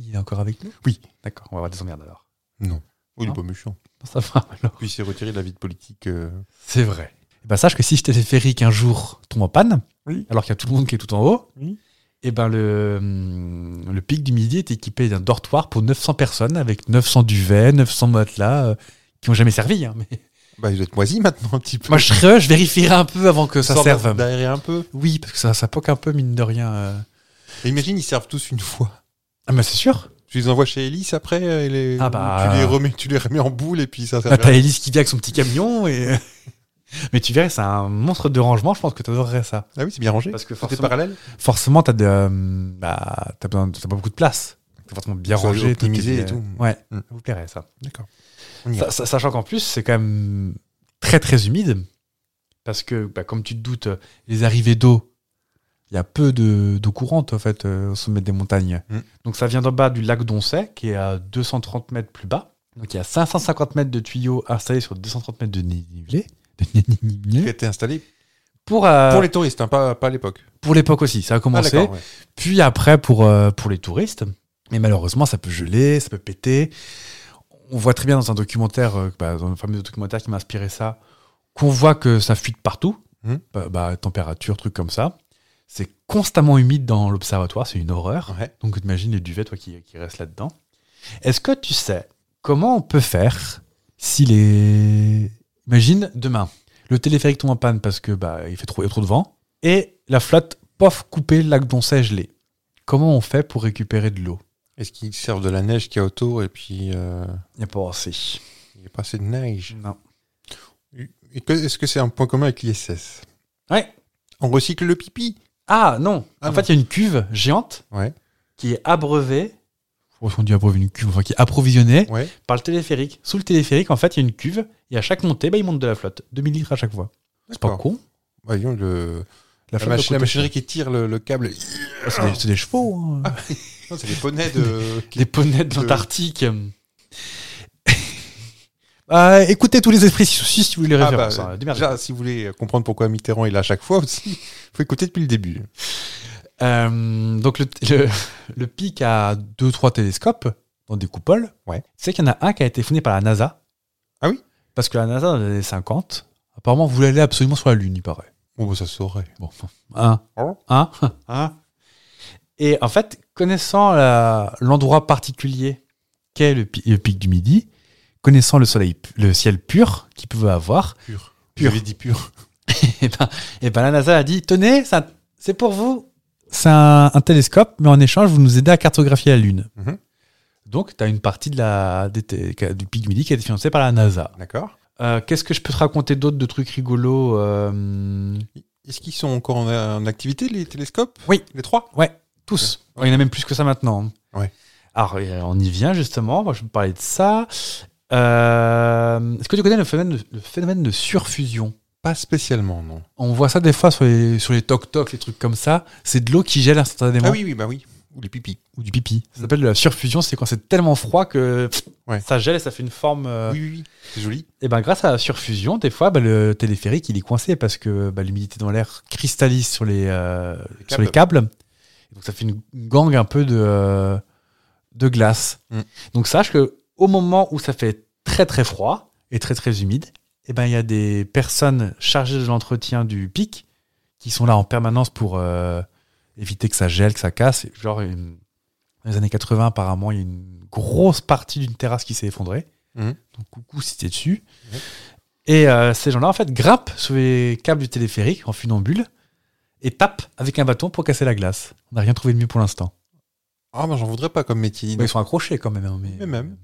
S4: il est encore avec nous
S5: Oui.
S4: D'accord, on va avoir des emmerdes alors.
S5: Oui, il
S4: Non.
S5: est pas méchant.
S4: Ça va alors.
S5: Puis il s'est retiré de la vie de politique. euh,
S4: C'est vrai. Eh ben, sache que si ce téléphérique un jour tombe en panne,
S5: Oui.
S4: alors qu'il y a tout le monde qui est tout en haut,
S5: Oui.
S4: eh ben le, hum, le pic du midi est équipé d'un dortoir pour 900 personnes avec 900 duvets, 900 matelas euh, qui n'ont jamais servi. hein, mais...
S5: Bah, il doit être moisi maintenant un petit peu.
S4: Moi, je serais- je vérifierai un peu avant que ça
S5: Sorte
S4: serve.
S5: D'aérer un peu.
S4: Oui, parce que ça, ça poque un peu, mine de rien. euh.
S5: Et imagine, ils servent tous une fois.
S4: Ah, mais c'est sûr.
S5: Tu les envoies chez Elise après, euh, et les...
S4: Ah bah.
S5: tu, les remets, tu les remets en boule et puis ça
S4: Là,
S5: sert.
S4: t'as Elise qui vient avec son petit camion. et Mais tu verrais, c'est un monstre de rangement. Je pense que tu adorerais ça.
S5: Ah oui, c'est bien rangé.
S4: Parce que
S5: C'était
S4: forcément,
S5: parallèle.
S4: forcément, t'as de, euh, bah, t'as besoin, de- t'as pas beaucoup de place. T'as forcément bien
S5: Faut
S4: rangé, tout
S5: optimiser
S4: est-
S5: et tout.
S4: Ouais,
S5: Mm.
S4: ça vous plairait ça.
S5: D'accord. On y
S4: Sa-
S5: va.
S4: sa- Sachant qu'en plus, c'est quand même très très humide parce que, bah, comme tu te doutes, les arrivées d'eau, il y a peu de d'eau courante en fait euh, au sommet des montagnes.
S5: Mm.
S4: Donc ça vient d'en bas du lac d'Oncet qui est à 230 mètres plus bas. Donc il y a 550 mètres de tuyaux installés sur 230 mètres de dénivelé. de
S5: Qui a
S4: dénivelé.
S5: été installé
S4: Pour, euh,
S5: pour les touristes, hein, pas, pas à l'époque.
S4: pour l'époque aussi, ça a
S5: Ah,
S4: commencé
S5: d'accord. ouais.
S4: puis après pour, euh, pour les touristes. Mais malheureusement, ça peut geler, ça peut péter. On voit très bien dans un documentaire, euh, bah, dans le fameux documentaire qui m'a inspiré ça, qu'on voit que ça fuit de partout,
S5: Mhm.
S4: Bah, bah, température, trucs comme ça. C'est constamment humide dans l'observatoire, c'est une horreur.
S5: Ouais.
S4: Donc t'imagines les duvets, toi, qui, qui restent là-dedans. Est-ce que tu sais comment on peut faire si les... Imagine, demain, le téléphérique tombe en panne parce que bah, il fait trop, il y a trop de vent, et la flotte, pof, coupée, le lac d'Oncet gelé. Comment on fait pour récupérer de l'eau
S5: Est-ce qu'ils servent de la neige qu'il y a autour et puis euh,
S4: Il n'y a pas assez.
S5: il n'y a pas assez de neige
S4: Non.
S5: Et que- Est-ce que c'est un point commun avec l'ISS
S4: Ouais.
S5: On recycle le pipi
S4: Ah non
S5: Ah,
S4: En
S5: non.
S4: fait, il y a une cuve géante
S5: Ouais.
S4: qui est abreuvée, oh, on dit abreuvée, une cuve, enfin qui est approvisionnée
S5: Ouais.
S4: par le téléphérique. Sous le téléphérique, en fait, il y a une cuve, et à chaque montée, bah, il monte de la flotte. 2000 litres à chaque fois. C'est pas
S5: D'accord.
S4: con.
S5: Voyons le,
S4: La,
S5: la,
S4: flotte de
S5: machi- la
S4: côté.
S5: machinerie qui tire le, le câble.
S4: Ah, C'est des, c'est des chevaux. hein.
S5: Non, c'est les poneys de.
S4: des poneys de
S5: de-
S4: l'Antarctique. Euh, écoutez tous les esprits soucis si vous voulez les
S5: Ah,
S4: références.
S5: bah,
S4: hein, démerdez.
S5: déjà, si vous voulez comprendre pourquoi Mitterrand est là à chaque fois aussi, faut écouter depuis le début.
S4: Euh, donc le, le, le pic a deux trois télescopes dans des coupoles.
S5: Ouais.
S4: Tu sais qu'il y en a un qui a été fondé par la NASA.
S5: Ah oui
S4: Parce que la NASA dans les années 50, apparemment voulait aller absolument sur la Lune, il paraît.
S5: Bon, bah, ça se saurait.
S4: Bon, enfin, un,
S5: Oh.
S4: un, un. Et en fait, connaissant la- l'endroit particulier qu'est le, pi- le pic du Midi, connaissant le soleil, pu- le ciel pur qu'il pouvait avoir,
S5: Pur.
S4: Pur.
S5: J'avais dit pur.
S4: et ben, eh ben la NASA a dit tenez, ça- c'est pour vous. C'est un, un télescope, mais en échange, vous nous aidez à cartographier la Lune.
S5: Mhm.
S4: Donc, tu as une partie de la, des té- du pic du Midi qui a été financée par la NASA.
S5: D'accord.
S4: Euh, Qu'est-ce que je peux te raconter d'autre de trucs rigolos euh,
S5: Est-ce qu'ils sont encore en, en activité, les télescopes
S4: Oui.
S5: Les trois
S4: Ouais, tous. Oh, Il y en a même plus que ça maintenant.
S5: Ouais.
S4: Alors, euh, on y vient justement. Moi, je vais me parler de ça. Euh, Est-ce que tu connais le phénomène, de, le phénomène de surfusion
S5: Pas spécialement, non.
S4: On voit ça des fois sur les, sur les toc-toc, les trucs comme ça. C'est de l'eau qui gèle instantanément
S5: Ah oui, oui, bah oui. Ou les pipis.
S4: ou du pipi. Ça s'appelle de la surfusion. C'est quand c'est tellement froid que pff,
S5: Ouais.
S4: ça gèle et ça fait une forme. euh,
S5: Oui, oui, oui. C'est joli.
S4: Et ben grâce à la surfusion, des fois, bah, le téléphérique il est coincé parce que bah, l'humidité dans l'air cristallise sur les, euh, sur les câbles. Et donc ça fait une gangue un peu de, euh, de glace.
S5: Mm.
S4: Donc sache que au moment où ça fait très très froid et très très humide, et ben il y a des personnes chargées de l'entretien du pic qui sont là en permanence pour euh, éviter que ça gèle, que ça casse. Et Genre une- dans les années 80 apparemment, il y a une grosse partie d'une terrasse qui s'est effondrée.
S5: Mm.
S4: Donc coucou si t'es dessus.
S5: Ouais.
S4: Et euh, ces gens-là en fait grimpent sur les câbles du téléphérique en funambule et tapent avec un bâton pour casser la glace. On n'a rien trouvé de mieux pour l'instant.
S5: Ah, moi, j'en voudrais pas comme métier.
S4: Ils sont accrochés quand même. hein, mais...
S5: Mais même.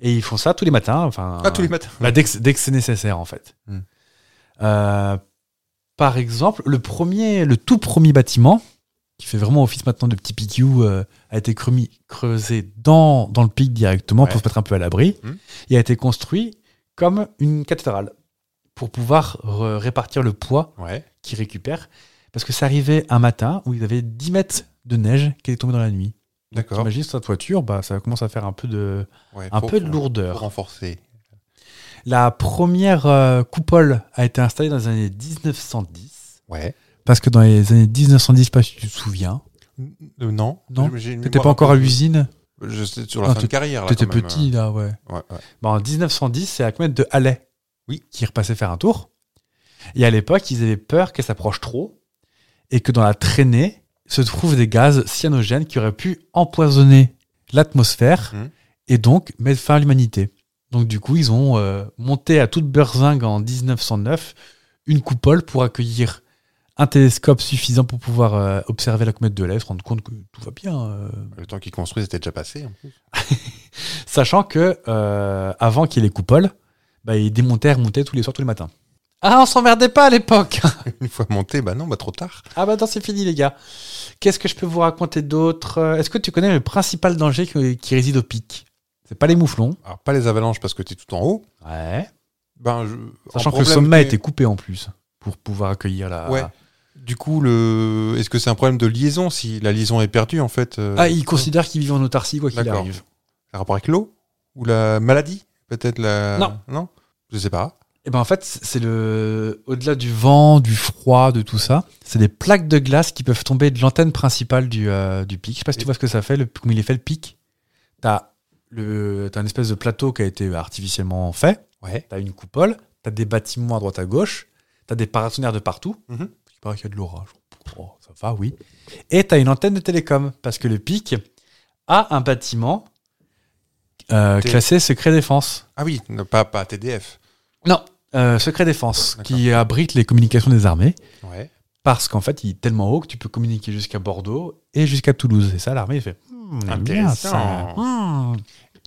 S4: Et ils font ça tous les matins. Enfin,
S5: Ah, tous les matins.
S4: bah, dès que, dès que c'est nécessaire, en fait.
S5: Hmm.
S4: Euh, par exemple, le premier, le tout premier bâtiment, qui fait vraiment office maintenant de petit PQ, euh, a été cremi- creusé dans, dans le pic directement
S5: Ouais.
S4: pour se mettre un peu à l'abri,
S5: Hmm.
S4: et a été construit comme une cathédrale, pour pouvoir euh, répartir le poids
S5: Ouais.
S4: qu'ils récupèrent. Parce que ça arrivait un matin où ils avaient 10 mètres de neige qui est tombée dans la nuit.
S5: D'accord.
S4: T'imagines sur ta toiture, bah, ça commence à faire un peu de,
S5: Ouais,
S4: un
S5: pour-
S4: peu de
S5: pour-
S4: lourdeur.
S5: Pour renforcer.
S4: La première euh, coupole a été installée dans les années 1910.
S5: Ouais.
S4: Parce que dans les années 1910, je sais pas si tu te souviens,
S5: Euh, non.
S4: Non.
S5: J'ai une
S4: t'étais
S5: mémoire
S4: pas
S5: un
S4: encore
S5: peu-
S4: à l'usine,
S5: Je sais, sur la
S4: Non,
S5: fin de carrière. là,
S4: t'étais
S5: quand même. euh,
S4: petit là, ouais.
S5: Ouais, ouais.
S4: Bah, en 1910, c'est Ahmed de Halais
S5: Oui.
S4: qui repassait faire un tour. Et à l'époque, ils avaient peur qu'elle s'approche trop et que dans la traînée se trouvent des gaz cyanogènes qui auraient pu empoisonner l'atmosphère
S5: Mhm.
S4: et donc mettre fin à l'humanité. Donc du coup, ils ont euh, monté à toute berzingue en 1909 une coupole pour accueillir un télescope suffisant pour pouvoir euh, observer la comète de Haley, se rendre compte que tout va bien. euh,
S5: Le temps qu'ils construisent était déjà passé. hein.
S4: Sachant que, euh, avant qu'il y ait les coupoles, bah, ils démontaient et remontaient tous les soirs, tous les matins. Ah, on s'emmerdait pas à l'époque
S5: Une fois monté, bah non, bah trop tard.
S4: Ah bah non, c'est fini les gars. Qu'est-ce que je peux vous raconter d'autre Euh, Est-ce que tu connais le principal danger qui, qui réside au pic C'est pas les mouflons.
S5: Alors, pas les avalanches parce que t'es tout en haut.
S4: Ouais.
S5: Ben, je,
S4: Sachant
S5: en
S4: que le
S5: problème,
S4: sommet
S5: t'es-
S4: était coupé en plus, pour pouvoir accueillir la...
S5: Ouais. Du coup, le... est-ce que c'est un problème de liaison si la liaison est perdue en fait euh,
S4: Ah, ils considèrent qu'ils vivent en autarcie, quoi qu'il
S5: D'accord.
S4: arrive.
S5: Un rapport avec l'eau Ou la maladie Peut-être la.
S4: Non.
S5: Non Je sais pas.
S4: Et ben en fait, c'est le au-delà du vent, du froid, de tout ça, c'est des plaques de glace qui peuvent tomber de l'antenne principale du, euh, du pic. Je sais pas si tu vois ce que ça fait, le, comme il est fait le pic. T'as le t'as une espèce de plateau qui a été artificiellement fait.
S5: Ouais.
S4: T'as une coupole, t'as des bâtiments à droite à gauche, t'as des paratonnerres de partout.
S5: Mhm.
S4: Il paraît qu'il y a de l'orage. Oh, ça va, oui. Et t'as une antenne de télécom parce que le pic a un bâtiment euh,
S5: Té-
S4: classé secret défense.
S5: Ah oui, ne- pas, pas TDF.
S4: Non, euh, Secret Défense,
S5: D'accord.
S4: qui abrite les communications des armées,
S5: Ouais.
S4: parce qu'en fait, il est tellement haut que tu peux communiquer jusqu'à Bordeaux et jusqu'à Toulouse. Et ça, l'armée fait Hmm, on aime bien ça. Hmm.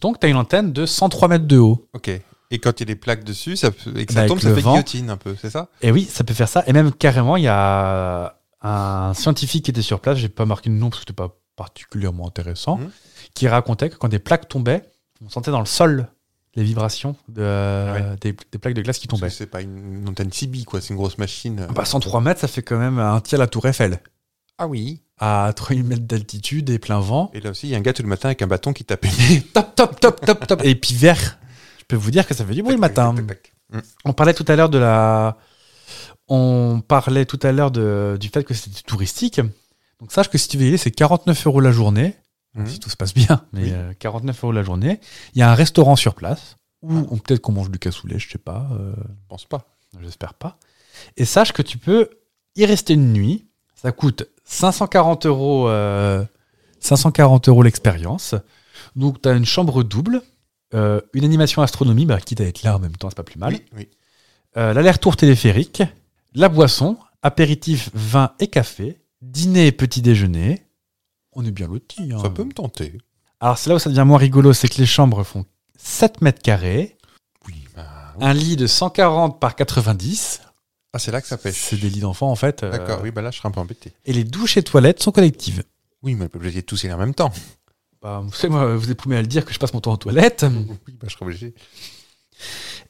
S4: Donc, tu as une antenne de 103 mètres de haut.
S5: Ok. Et quand il y a des plaques dessus ça peut- et que ça
S4: Bah,
S5: tombe,
S4: avec
S5: ça
S4: le
S5: fait
S4: vent.
S5: guillotine un peu, c'est ça
S4: Et oui, ça peut faire ça. Et même carrément, il y a un scientifique qui était sur place, j'ai pas marqué le nom parce que c'était pas particulièrement intéressant,
S5: Mhm.
S4: qui racontait que quand des plaques tombaient, on sentait dans le sol les vibrations de-
S5: Ah Ouais.
S4: des, des plaques de glace qui
S5: Parce
S4: tombaient.
S5: que c'est pas une, une antenne CB, quoi. C'est une grosse machine. euh.
S4: Bah, 103 mètres, ça fait quand même un tiers la tour Eiffel.
S5: Ah oui.
S4: à 3000 mètres d'altitude et plein vent.
S5: Et là aussi, il y a un gars tout le matin avec un bâton qui tapait.
S4: Et top, top, top, top, top. Et puis vert. Je peux vous dire que ça fait du bruit le matin. On parlait tout à l'heure de la. On parlait tout à l'heure de- du fait que c'était touristique. Donc sache que si tu veux y aller, c'est 49 euros la journée,
S5: Mhm.
S4: si tout se passe bien, mais
S5: Oui.
S4: euh, 49 euros la journée. Il y a un restaurant sur place où on- peut-être qu'on mange du cassoulet, je sais pas, euh,
S5: Je pense pas.
S4: j'espère pas. Et sache que tu peux y rester une nuit. Ça coûte 540 euros, euh, 540 euros l'expérience. Donc, tu as une chambre double, euh, une animation astronomie, bah, quitte à être là en même temps, c'est pas plus mal.
S5: Oui, oui.
S4: Euh, L'aller-retour téléphérique, la boisson, apéritif, vin et café, dîner et petit déjeuner. On est bien lotis. hein.
S5: Ça peut me tenter.
S4: Alors, c'est là où ça devient moins rigolo, c'est que les chambres font 7 mètres carrés,
S5: Oui. bah,
S4: un lit de 140 par 90.
S5: Ah, c'est là que ça pêche.
S4: C'est des lits d'enfants, en fait. euh,
S5: D'accord, oui, bah là, je serais un peu embêté.
S4: Et les douches et toilettes sont collectives.
S5: Oui, mais on est pas obligé de tousser en même temps.
S4: Bah, vous savez, moi, vous êtes premier à le dire que je passe mon temps aux toilettes.
S5: Oui, bah, je serais obligé.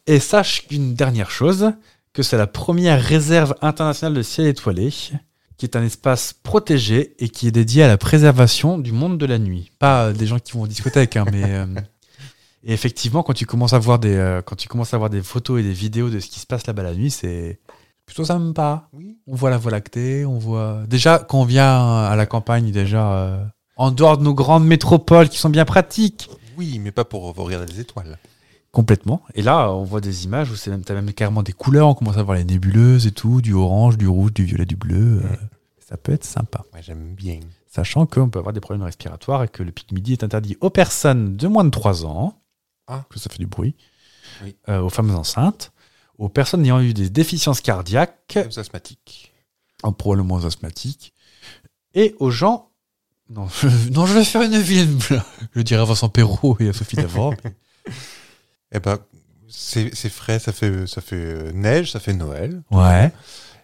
S4: Et sache qu'une dernière chose, que c'est la première réserve internationale de ciel étoilé, qui est un espace protégé et qui est dédié à la préservation du monde de la nuit. Pas euh, des gens qui vont en discothèque, hein, mais... euh, et effectivement, quand tu, commences à voir des, euh, quand tu commences à voir des photos et des vidéos de ce qui se passe là-bas la nuit, c'est plutôt sympa.
S5: Oui.
S4: On voit la Voie lactée, on voit... Déjà, quand on vient à la campagne, déjà, euh, en dehors de nos grandes métropoles qui sont bien pratiques,
S5: Oui, mais pas pour regarder les étoiles.
S4: Complètement. Et là, on voit des images où c'est même, t'as même carrément des couleurs. On commence à voir les nébuleuses et tout, du orange, du rouge, du violet, du bleu. euh, ça peut être sympa.
S5: Ouais, j'aime bien.
S4: Sachant qu'on peut avoir des problèmes respiratoires et que le pic midi est interdit aux personnes de moins de 3 ans,
S5: Ah.
S4: que ça fait du bruit,
S5: Oui.
S4: euh, aux femmes enceintes, aux personnes ayant eu des déficiences cardiaques,
S5: Comme asthmatique.
S4: en probablement aux asthmatiques, et aux gens. Non, je, non, je vais faire une vilaine blague. Je dirais à Vincent Perrault et à Sophie Davant.
S5: Eh ben, c'est c'est frais, ça fait, ça fait euh, neige, ça fait Noël.
S4: ouais.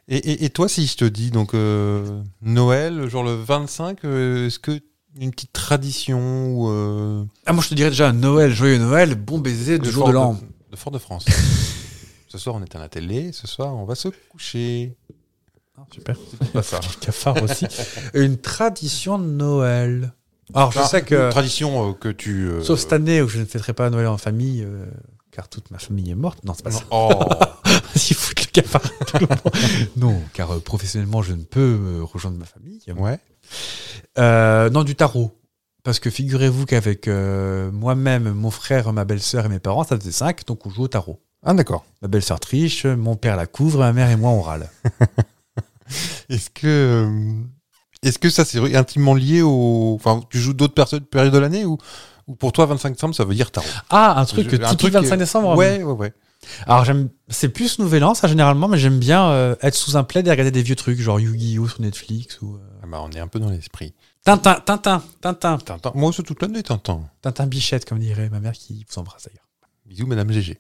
S5: Et, et- et toi, si je te dis donc euh, Noël, genre le 25, euh, est-ce que une petite tradition ou euh,
S4: Ah, moi, je te dirais déjà Noël, joyeux Noël, bon baiser de jour
S5: Fort
S4: de l'an.
S5: de Fort-de-France. ce soir, on éteint la télé. Ce soir, on va se coucher. Ah,
S4: Super.
S5: C'est pas ça.
S4: Cafard aussi. Une tradition de Noël. Alors, je
S5: Ah,
S4: sais que,
S5: une tradition euh, que tu. euh,
S4: sauf cette année où je ne fêterai pas Noël en famille, euh, car toute ma famille est morte. Non, c'est pas
S5: non.
S4: ça.
S5: Oh,
S4: Vas-y, foutre le cafard. tout le monde. non, car euh, professionnellement, je ne peux euh, rejoindre ma famille.
S5: ouais.
S4: Euh, non, du tarot. Parce que figurez-vous qu'avec euh, moi-même, mon frère, ma belle-sœur et mes parents, ça faisait 5, donc on joue au tarot.
S5: Ah d'accord.
S4: Ma belle-sœur triche, mon père la couvre, ma mère et moi on râle.
S5: Est-ce que euh, est-ce que ça c'est intimement lié au enfin tu joues d'autres personnes périodes de l'année ou ou pour toi 25 décembre ça veut dire tarot
S4: Ah, un truc
S5: Je-
S4: typique
S5: truc,
S4: 25
S5: euh,
S4: décembre.
S5: Ouais ouais ouais.
S4: Alors j'aime, c'est plus Nouvel An ça généralement, mais j'aime bien euh, être sous un plaid et regarder des vieux trucs genre Yu-Gi-Oh sur Netflix ou euh,
S5: Ah bah, on est un peu dans l'esprit.
S4: Tintin, Tintin, Tintin,
S5: Tintin. Moi aussi toute l'année Tintin.
S4: Tintin Bichette comme dirait ma mère qui vous embrasse d'ailleurs.
S5: Bisous, Madame GG.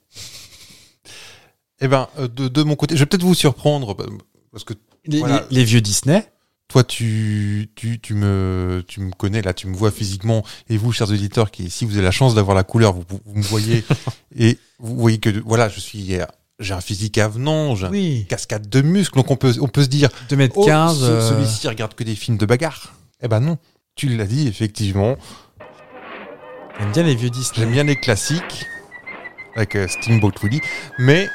S5: eh ben, euh, de, de mon côté, je vais peut-être vous surprendre, bah, parce que
S4: Les,
S5: Voilà.
S4: les- les vieux Disney.
S5: toi, tu, tu, tu, me, tu me connais, là, tu me vois physiquement, et vous, chers auditeurs, qui, si vous avez la chance d'avoir la couleur, vous, vous me voyez, et vous voyez que, voilà, je suis, euh, j'ai un physique avenant, j'ai une
S4: Oui.
S5: cascade de muscles, donc on peut, on peut se dire,
S4: 2 mètres
S5: oh,
S4: 15.
S5: ce-
S4: euh,
S5: celui-ci regarde que des films de bagarre. Eh ben non, tu l'as dit, effectivement,
S4: J'aime bien les vieux Disney.
S5: J'aime bien les classiques, avec euh, Steamboat Willie, mais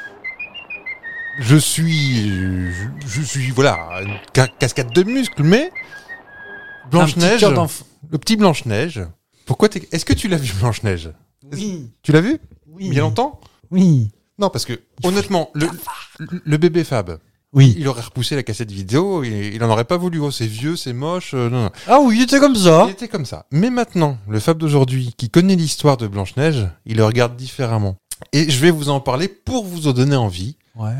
S5: je suis, je, je suis, voilà, une ca- cascade de muscles, mais
S4: Un petit
S5: Blanche-Neige,
S4: cœur d'enfant.
S5: le petit Blanche-Neige, pourquoi t'es- est-ce que tu l'as vu Blanche-Neige
S4: Oui.
S5: Tu l'as vu
S4: Oui.
S5: Il y a longtemps
S4: Oui.
S5: Non, parce que, honnêtement, le, le bébé Fab,
S4: Oui.
S5: il aurait repoussé la cassette vidéo, il, il en aurait pas voulu, oh, c'est vieux, c'est moche, euh, non, non.
S4: Ah oui, il était comme ça.
S5: Il était comme ça. Mais maintenant, le Fab d'aujourd'hui, qui connaît l'histoire de Blanche-Neige, il le regarde différemment. Et je vais vous en parler pour vous en donner envie.
S4: Ouais.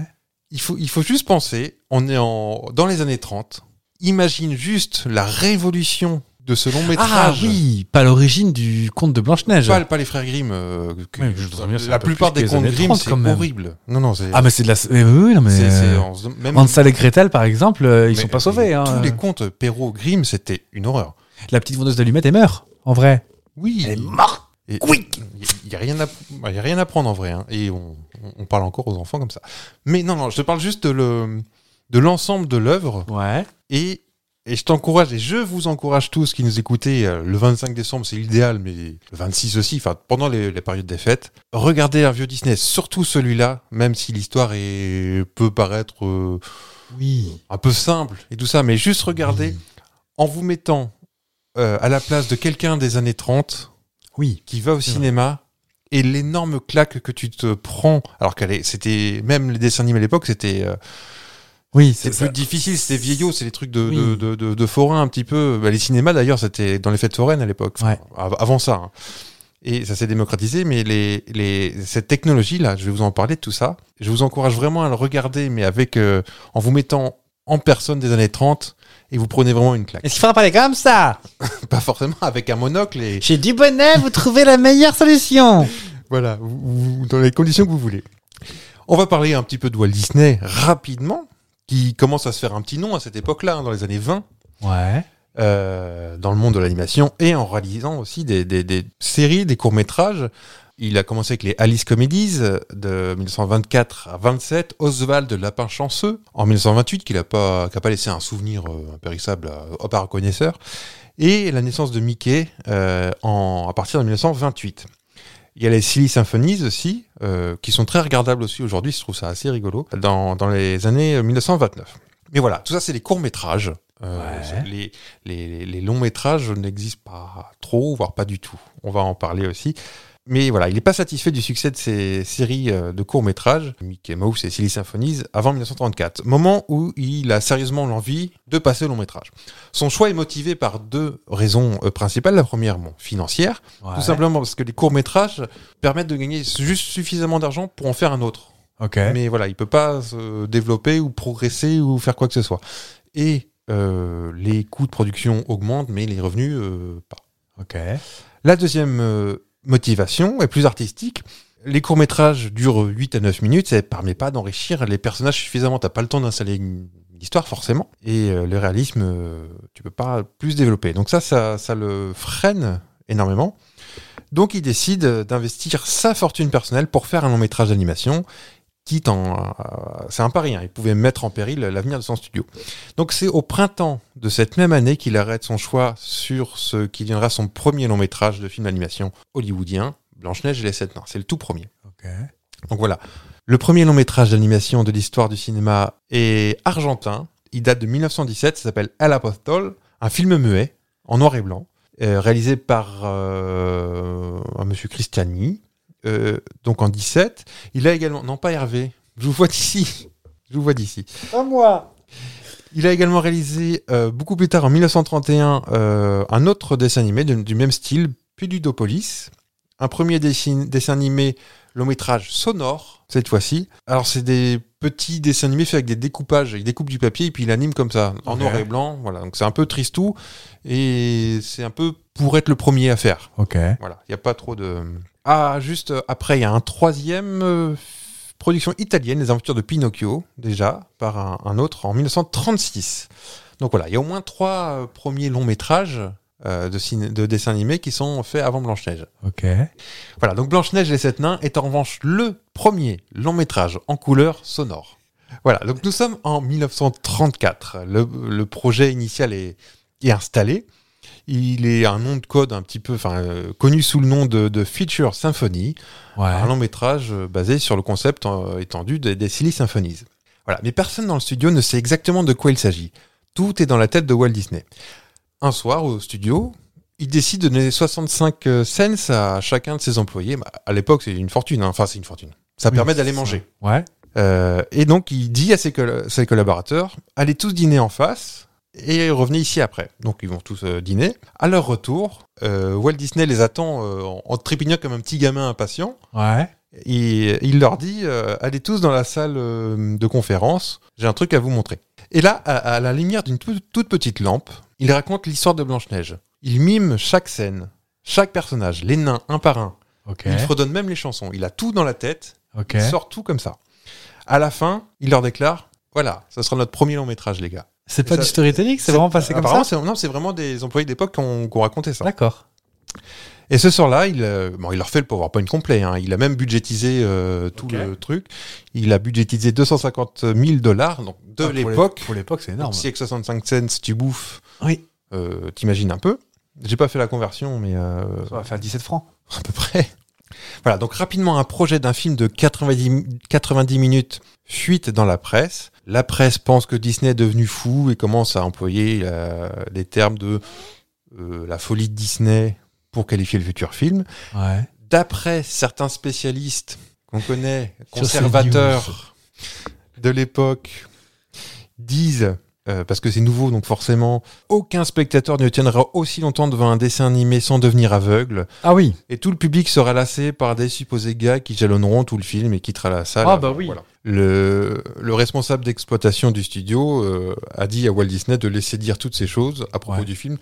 S5: Il faut, il faut juste penser, on est en, dans les années 30. Imagine juste la révolution de ce long
S4: Ah
S5: métrage.
S4: oui, pas l'origine du conte de Blanche Neige.
S5: Pas, pas les frères Grimm. euh, que-
S4: Oui, mais je voudrais bien savoir un
S5: la
S4: peu
S5: plupart
S4: plus
S5: des
S4: que les
S5: contes
S4: années
S5: Grimm,
S4: 30
S5: c'est
S4: quand même.
S5: horrible. Non, non, c'est.
S4: Ah mais c'est de la. mais oui, non mais.
S5: c'est- c'est-
S4: euh,
S5: on se- même-
S4: Hansel et Gretel par exemple, euh, ils
S5: mais-
S4: sont pas sauvés.
S5: mais
S4: hein.
S5: Tous les contes Perrault Grimm, c'était une horreur.
S4: La petite vendeuse d'allumettes, elle meurt, en vrai.
S5: Oui.
S4: Elle est
S5: morte. Quick. Il n'y a, rien à- bah, y a rien à prendre en vrai. hein. Et on, on- on parle encore aux enfants comme ça. Mais non, non, je te parle juste de le- de l'ensemble de l'œuvre.
S4: Ouais.
S5: Et, et je t'encourage, et je vous encourage tous qui nous écoutez, euh, le 25 décembre, c'est l'idéal, mais le 26 aussi, enfin, pendant les, les périodes des fêtes, regardez un vieux Disney, surtout celui-là, même si l'histoire est- peut paraître euh,
S4: Oui.
S5: Mmh. un peu simple et tout ça, mais juste regardez
S4: Mmh.
S5: en vous mettant euh, à la place de quelqu'un des années 30
S4: Oui.
S5: qui va au
S4: C'est
S5: cinéma et l'énorme claque que tu te prends alors qu'elle est c'était même les dessins animés à l'époque c'était euh,
S4: Oui,
S5: c'est
S4: c'est
S5: plus
S4: ça.
S5: difficile c'était vieillot c'est les trucs de,
S4: Oui.
S5: de, de, de- de forains un petit peu Bah, les cinémas d'ailleurs c'était dans les fêtes foraines à l'époque
S4: Ouais.
S5: av- avant ça hein. et ça s'est démocratisé mais les, les cette technologie là je vais vous en parler de tout ça je vous encourage vraiment à le regarder mais avec euh, en vous mettant en personne des années 30 et vous prenez vraiment une claque
S4: Est-ce qu'il faudra parler comme ça
S5: pas forcément avec un monocle et
S4: Chez Dubonnet, vous trouvez la meilleure solution.
S5: Voilà, vous- vous- dans les conditions que vous voulez. On va parler un petit peu de Walt Disney rapidement, qui commence à se faire un petit nom à cette époque-là, hein, dans les années 20,
S4: Ouais.
S5: euh, dans le monde de l'animation et en réalisant aussi des, des- des séries, des courts-métrages. Il a commencé avec les Alice Comedies euh, de 1924 à 27, Oswald le Lapin Chanceux en 1928, qu'il n'a pas, qui a pas laissé un souvenir euh, impérissable à- aux par connaisseurs, et la naissance de Mickey euh, en, à partir de 1928. Il y a les Silly Symphonies aussi, euh, qui sont très regardables aussi aujourd'hui, je trouve ça assez rigolo, dans, dans les années 1929. Mais voilà, tout ça, c'est les courts-métrages. Euh,
S4: Ouais.
S5: les, les, les longs métrages n'existent pas trop, voire pas du tout. On va en parler aussi. Mais voilà, il n'est pas satisfait du succès de ses séries euh, de courts-métrages, Mickey Mouse et Silly Symphonies, avant 1934, moment où il a sérieusement l'envie de passer au long-métrage. Son choix est motivé par deux raisons euh, principales. La première, bon, financière,
S4: Ouais.
S5: tout simplement parce que les courts-métrages permettent de gagner juste suffisamment d'argent pour en faire un autre.
S4: Ok.
S5: Mais voilà, il peut pas se développer ou progresser ou faire quoi que ce soit. Et euh, les coûts de production augmentent, mais les revenus euh, pas.
S4: Ok.
S5: La deuxième euh, motivation est plus artistique. Les courts-métrages durent 8 à 9 minutes, ça ne permet pas d'enrichir les personnages suffisamment. T'as pas le temps d'installer une une histoire, forcément. Et euh, le réalisme, euh, tu peux pas plus développer. Donc ça, ça, ça le freine énormément. Donc il décide d'investir sa fortune personnelle pour faire un long-métrage d'animation, quitte en... à- c'est un pari, hein. il pouvait mettre en péril l'avenir de son studio. Donc c'est au printemps de cette même année qu'il arrête son choix sur ce qui deviendra son premier long métrage de film d'animation hollywoodien, Blanche-Neige et les Sept Nains. C'est le tout premier.
S4: Ok.
S5: Donc voilà. Le premier long métrage d'animation de l'histoire du cinéma est argentin. Il date de 1917, ça s'appelle El Apostol, un film muet, en noir et blanc, euh, réalisé par euh, un monsieur Cristiani, euh, donc en 17. Il a également... Non, pas Hervé. Je vous vois d'ici. Je vous vois d'ici.
S4: Pas moi.
S5: Il a également réalisé euh, beaucoup plus tard, en 1931, euh, un autre dessin animé de- du même style, Pududopolis. Un premier dessin, dessin animé long métrage sonore, cette fois-ci. Alors, c'est des petits dessins animés faits avec des découpages. Il découpe du papier et puis il anime comme ça, en
S4: Ok.
S5: noir et blanc. Voilà, donc c'est un peu tristou et c'est un peu pour être le premier à faire.
S4: Ok.
S5: Voilà, il n'y a pas trop de. Ah, juste euh, après, il y a un troisième euh, f- production italienne, Les Aventures de Pinocchio, déjà, par un, un autre en 1936. Donc voilà, il y a au moins trois euh, premiers longs métrages euh, de, ciné- de dessins animés qui sont faits avant Blanche-Neige.
S4: Ok.
S5: Voilà, donc Blanche-Neige et les Sept Nains est en revanche le premier long métrage en couleur sonore. Voilà, donc nous sommes en 1934. Le, le projet initial est, est installé. Il est un nom de code un petit peu, enfin, euh, connu sous le nom de, de Feature Symphony,
S4: Ouais.
S5: un long métrage euh, basé sur le concept euh, étendu des, des Silly Symphonies. Voilà, mais personne dans le studio ne sait exactement de quoi il s'agit. Tout est dans la tête de Walt Disney. Un soir, au studio, il décide de donner 65 euh, cents à chacun de ses employés. Bah, à l'époque, c'est une fortune. hein. Enfin, c'est une fortune. Ça
S4: Oui,
S5: permet d'aller
S4: c'est
S5: manger.
S4: ça. Ouais.
S5: Euh, et donc, il dit à ses, col- ses collaborateurs allez tous dîner en face et revenez ici après. Donc, ils vont tous euh, dîner. À leur retour, euh, Walt Disney les attend euh, en, en trépignant comme un petit gamin impatient.
S4: Ouais.
S5: Et il leur dit euh, allez tous dans la salle euh, de conférence, j'ai un truc à vous montrer. Et là, à, à la lumière d'une tout- toute petite lampe, il raconte l'histoire de Blanche-Neige. Il mime chaque scène, chaque personnage, les nains un par un.
S4: Ok.
S5: Il fredonne même les chansons. Il a tout dans la tête,
S4: Ok.
S5: il sort tout comme ça. À la fin, il leur déclare voilà, ça sera notre premier long métrage, les gars.
S4: C'est pas
S5: ça-
S4: du storytelling, c'est vraiment passé comme ça.
S5: Apparemment, c'est- Non, c'est vraiment des employés d'époque qui ont, qui ont raconté ça.
S4: D'accord.
S5: Et ce soir-là, il, euh, bon, il leur fait le PowerPoint complet. hein. Il a même budgétisé euh, tout
S4: Ok.
S5: le truc. Il a budgétisé 250 000 dollars donc de
S4: Ah, pour
S5: l'époque.
S4: Pour l'époque, c'est énorme.
S5: Donc, Si avec 65 cents, tu bouffes,
S4: Oui.
S5: euh, t'imagines un peu. J'ai pas fait la conversion, mais euh,
S4: Ça va faire 17 francs.
S5: à peu près. Voilà, donc rapidement, un projet d'un film de 90, mi- 90 minutes fuite dans la presse. La presse pense que Disney est devenu fou et commence à employer euh, les termes de euh, la folie de Disney pour qualifier le futur film
S4: Ouais.
S5: d'après certains spécialistes qu'on connaît,
S4: Sur ces
S5: conservateurs de l'époque, disent, euh, parce que c'est nouveau, donc forcément, aucun spectateur ne tiendra aussi longtemps devant un dessin animé sans devenir aveugle,
S4: Ah oui.
S5: et tout le public sera lassé par des supposés gars qui jalonneront tout le film et quittera la salle.
S4: Ah bah oui.
S5: Voilà. Le, le responsable d'exploitation du studio euh, a dit à Walt Disney de laisser dire toutes ces choses à propos
S4: Ouais.
S5: du film,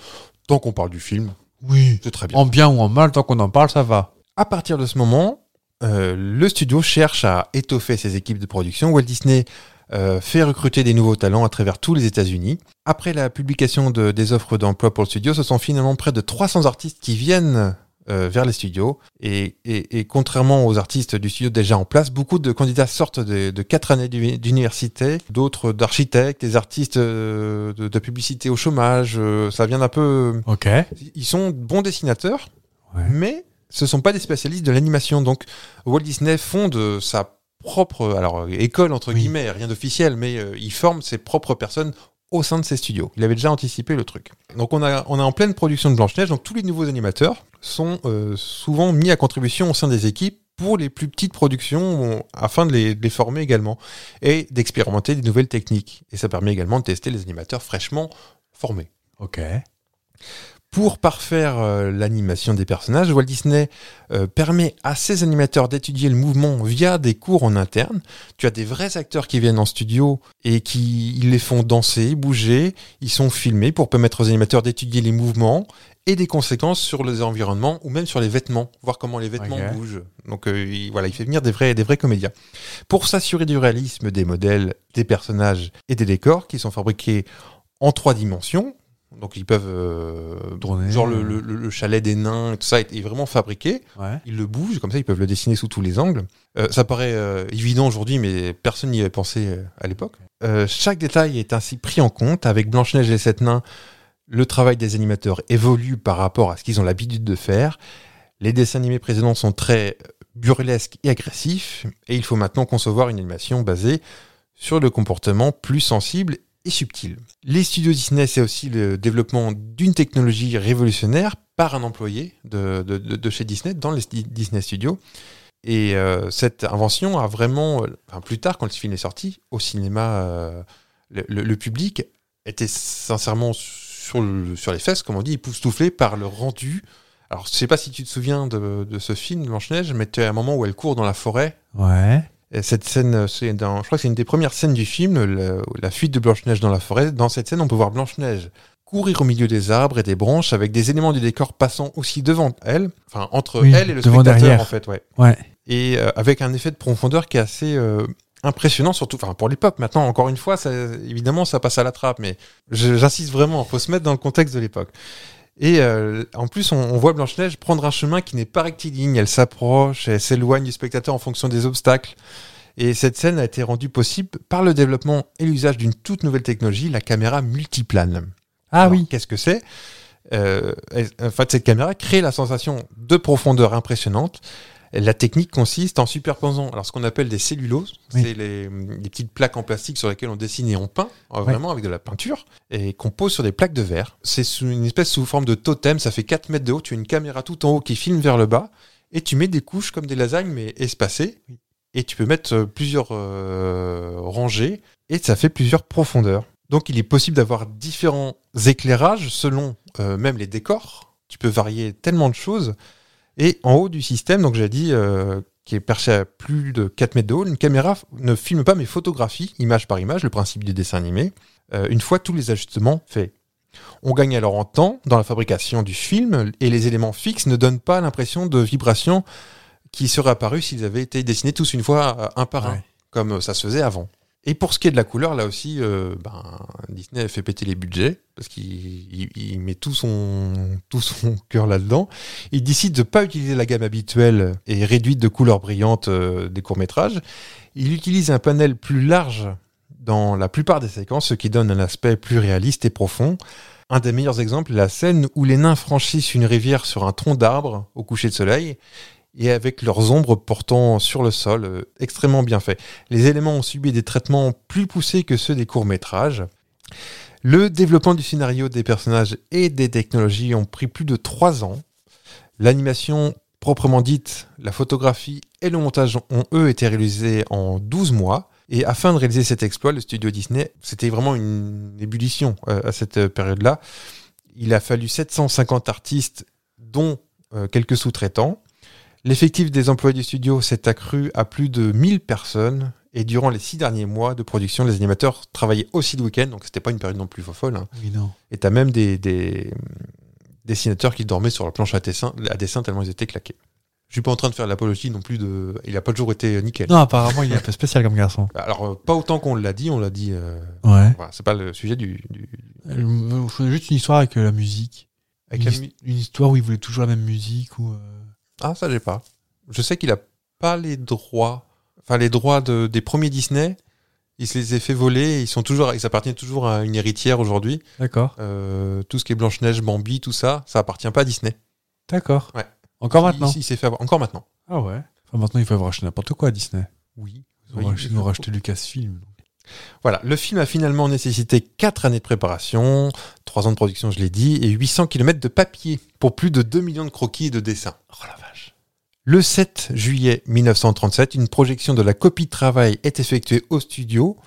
S5: tant qu'on parle du film,
S4: Oui.
S5: c'est très bien.
S4: En bien ou en mal, tant qu'on en parle, ça va.
S5: À partir de ce moment, euh, le studio cherche à étoffer ses équipes de production. Walt Disney euh, fait recruter des nouveaux talents à travers tous les États-Unis. Après la publication de- des offres d'emploi pour le studio, ce sont finalement près de 300 artistes qui viennent euh, vers les studios. Et, et- et contrairement aux artistes du studio déjà en place, beaucoup de candidats sortent de, de quatre années d'uni- d'université, d'autres d'architectes, des artistes euh, de, de publicité au chômage. euh, ça vient d'un peu
S4: Ok.
S5: ils sont bons dessinateurs,
S4: Ouais.
S5: mais ce sont pas des spécialistes de l'animation. Donc Walt Disney fonde euh, sa propre alors euh, école entre
S4: Oui.
S5: guillemets, rien d'officiel, mais euh, il forme ses propres personnes au sein de ses studios. Il avait déjà anticipé le truc. Donc on a on est en pleine production de Blanche Neige, donc tous les nouveaux animateurs sont euh, souvent mis à contribution au sein des équipes pour les plus petites productions euh, afin de les- de les former également et d'expérimenter des nouvelles techniques. Et ça permet également de tester les animateurs fraîchement formés.
S4: Ok.
S5: Pour parfaire euh, l'animation des personnages, Walt Disney euh, permet à ses animateurs d'étudier le mouvement via des cours en interne. Tu as des vrais acteurs qui viennent en studio et qui ils les font danser, bouger. Ils sont filmés pour permettre aux animateurs d'étudier les mouvements et des conséquences sur les environnements ou même sur les vêtements, voir comment les vêtements
S4: Ok.
S5: bougent. Donc euh, il, voilà, il fait venir des vrais, des vrais comédiens. Pour s'assurer du réalisme des modèles, des personnages et des décors qui sont fabriqués en trois dimensions, donc ils peuvent euh,
S4: Droner.
S5: genre le, le- le- le chalet des nains et tout ça est est vraiment fabriqué.
S4: Ouais.
S5: Ils le bougent, comme ça ils peuvent le dessiner sous tous les angles. Euh, ça paraît euh, évident aujourd'hui, mais personne n'y avait pensé euh, à l'époque. Euh, chaque détail est ainsi pris en compte. Avec Blanche-Neige et les Sept Nains, le travail des animateurs évolue par rapport à ce qu'ils ont l'habitude de faire. Les dessins animés précédents sont très burlesques et agressifs, et il faut maintenant concevoir une animation basée sur le comportement plus sensible et subtil. Les studios Disney, c'est aussi le développement d'une technologie révolutionnaire par un employé de, de- de- de chez Disney dans les sti- Disney Studios. Et euh, cette invention a vraiment, euh, enfin, plus tard quand le film est sorti, au cinéma, euh, le, le- le public était sincèrement sur, le- sur les fesses, comme on dit, époustouflé par le rendu. Alors, je sais pas si tu te souviens de, de ce film, Blanche-Neige, mais tu as un moment où elle court dans la forêt
S4: Ouais.
S5: et Cette scène, euh, c'est dans- je crois que c'est une des premières scènes du film, le- la fuite de Blanche-Neige dans la forêt. Dans cette scène, on peut voir Blanche-Neige courir au milieu des arbres et des branches avec des éléments du décor passant aussi devant elle, enfin entre
S4: Oui,
S5: elle et le
S4: devant,
S5: spectateur
S4: derrière.
S5: en fait, ouais.
S4: Ouais.
S5: Et euh, avec un effet de profondeur qui est assez euh, impressionnant, surtout enfin, pour l'époque. Maintenant, encore une fois, ça- évidemment, ça passe à la trappe, mais je- j'insiste vraiment, il faut se mettre dans le contexte de l'époque. Et euh, en plus, on, on voit Blanche-Neige prendre un chemin qui n'est pas rectiligne. Elle s'approche, elle s'éloigne du spectateur en fonction des obstacles. Et cette scène a été rendue possible par le développement et l'usage d'une toute nouvelle technologie, la caméra multiplane.
S4: Ah
S5: Alors,
S4: oui.
S5: Qu'est-ce que c'est Euh, elle- En fait, cette caméra crée la sensation de profondeur impressionnante. La technique consiste en superposant alors, ce qu'on appelle des celluloses,
S4: Oui.
S5: c'est les, les petites plaques en plastique sur lesquelles on dessine et on peint, euh, vraiment avec de la peinture, et qu'on pose sur des plaques de verre. C'est sous une espèce sous forme de totem, ça fait 4 mètres de haut, tu as une caméra tout en haut qui filme vers le bas, et tu mets des couches comme des lasagnes, mais espacées, et tu peux mettre euh, plusieurs euh, rangées, et ça fait plusieurs profondeurs. Donc il est possible d'avoir différents éclairages selon euh, même les décors. Tu peux varier tellement de choses. Et en haut du système, donc j'ai dit, euh, qui est perché à plus de 4 mètres de haut, une caméra f- ne filme pas mais photographie, image par image, le principe du dessin animé, euh, une fois tous les ajustements faits. On gagne alors en temps dans la fabrication du film et les éléments fixes ne donnent pas l'impression de vibrations qui seraient apparues s'ils avaient été dessinés tous une fois euh, un par un,
S4: Ouais.
S5: comme ça se faisait avant. Et pour ce qui est de la couleur, là aussi, euh, ben, Disney a fait péter les budgets parce qu'il il- il met tout son, tout son cœur là-dedans. Il décide de ne pas utiliser la gamme habituelle et réduite de couleurs brillantes euh, des courts-métrages. Il utilise un panel plus large dans la plupart des séquences, ce qui donne un aspect plus réaliste et profond. Un des meilleurs exemples est la scène où les nains franchissent une rivière sur un tronc d'arbre au coucher de soleil et avec leurs ombres portant sur le sol, euh, extrêmement bien fait. Les éléments ont subi des traitements plus poussés que ceux des courts-métrages. Le développement du scénario des personnages et des technologies ont pris plus de trois ans. L'animation proprement dite, la photographie et le montage ont eux été réalisés en 12 mois. Et afin de réaliser cet exploit, le studio Disney, c'était vraiment une ébullition euh, à cette euh, période-là. Il a fallu 750 artistes, dont euh, quelques sous-traitants. L'effectif des employés du studio s'est accru à plus de 1000 personnes. Et durant les six derniers mois de production, les animateurs travaillaient aussi le week-end, donc c'était pas une période non plus folle. hein.
S4: Ah Oui, non.
S5: Et t'as même mm, des, des, euh, dessinateurs qui dormaient sur la planche à dessin, à dessin tellement ils étaient claqués. Je suis pas en train de faire de l'apologie non plus de. Il a pas toujours été nickel.
S4: Non, apparemment, il est un peu spécial comme garçon.
S5: Alors, euh, pas autant qu'on l'a dit, on l'a dit. euh,
S4: Ouais.
S5: voilà, c'est pas le sujet du. du-
S4: Je me souviens juste une histoire avec euh, la musique.
S5: Avec
S4: une,
S5: la
S4: his-
S5: mu-
S4: une histoire où il voulait toujours la même musique. Ou, euh,
S5: Ah, ça, j'ai pas. Je sais qu'il a pas les droits. Enfin, les droits de- des premiers Disney, il se les a fait voler. Ils, sont toujours, ils appartiennent toujours à une héritière aujourd'hui.
S4: D'accord.
S5: Euh, tout ce qui est Blanche-Neige, Bambi, tout ça, ça appartient pas à Disney.
S4: D'accord.
S5: Ouais.
S4: Encore
S5: Il-
S4: maintenant.
S5: Il, s'est fait avoir. Encore maintenant.
S4: Ah ouais. Enfin, maintenant, il faut racheter n'importe quoi à Disney.
S5: Oui.
S4: Ils ont racheté- ils ont racheté Lucasfilm.
S5: Voilà, le film a finalement nécessité 4 années de préparation, 3 ans de production, je l'ai dit, et 800 km de papier pour plus de 2 millions de croquis et de dessins. Oh la vache. Le 7 juillet 1937, une projection de la copie de travail est effectuée au studio,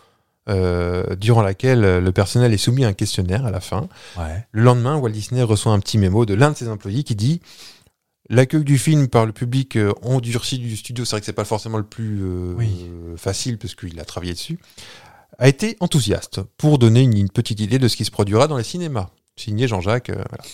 S5: euh, durant laquelle euh, le personnel est soumis à un questionnaire à la fin.
S4: Ouais.
S5: Le lendemain, Walt Disney reçoit un petit mémo de l'un de ses employés qui dit L'accueil du film par le public euh, endurci du studio, c'est vrai que c'est pas forcément le plus euh,
S4: Oui.
S5: euh, facile parce qu'il a travaillé dessus, a été enthousiaste pour donner une, une petite idée de ce qui se produira dans les cinémas. Signé Jean-Jacques. euh, voilà.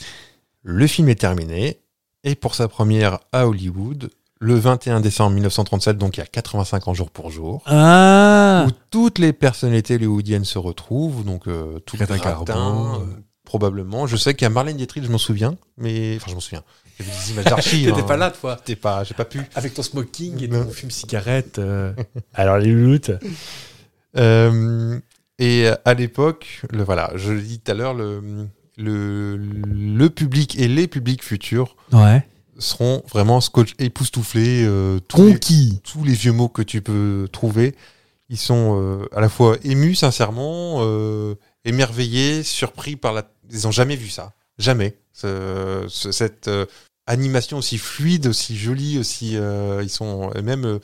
S5: Le film est terminé et pour sa première à Hollywood, le 21 décembre 1937, donc il y a 85 ans jour pour jour,
S4: Ah
S5: où toutes les personnalités hollywoodiennes se retrouvent, donc euh, tout
S4: Greta
S5: gratin,
S4: Garbo, euh.
S5: probablement. Je sais qu'il y a Marlène Dietrich, je m'en souviens, mais enfin je m'en souviens. J'avais des images d'archives. hein.
S4: toi.
S5: J'étais pas, j'ai pas pu.
S4: Avec ton smoking
S5: et
S4: on
S5: ton
S4: fume cigarette. euh, Alors, les louloutes.
S5: Euh, et à l'époque, le voilà, je le dis tout à l'heure, le, le le public et les publics futurs
S4: Ouais.
S5: seront vraiment scotch époustouflés. euh, tous, les,
S4: Conquis.
S5: tous les vieux mots que tu peux trouver, ils sont euh, à la fois émus sincèrement, euh, émerveillés, surpris par la. Ils ont jamais vu ça, jamais. Ce- ce- cette euh, animation aussi fluide, aussi jolie, aussi. euh, ils sont et même euh,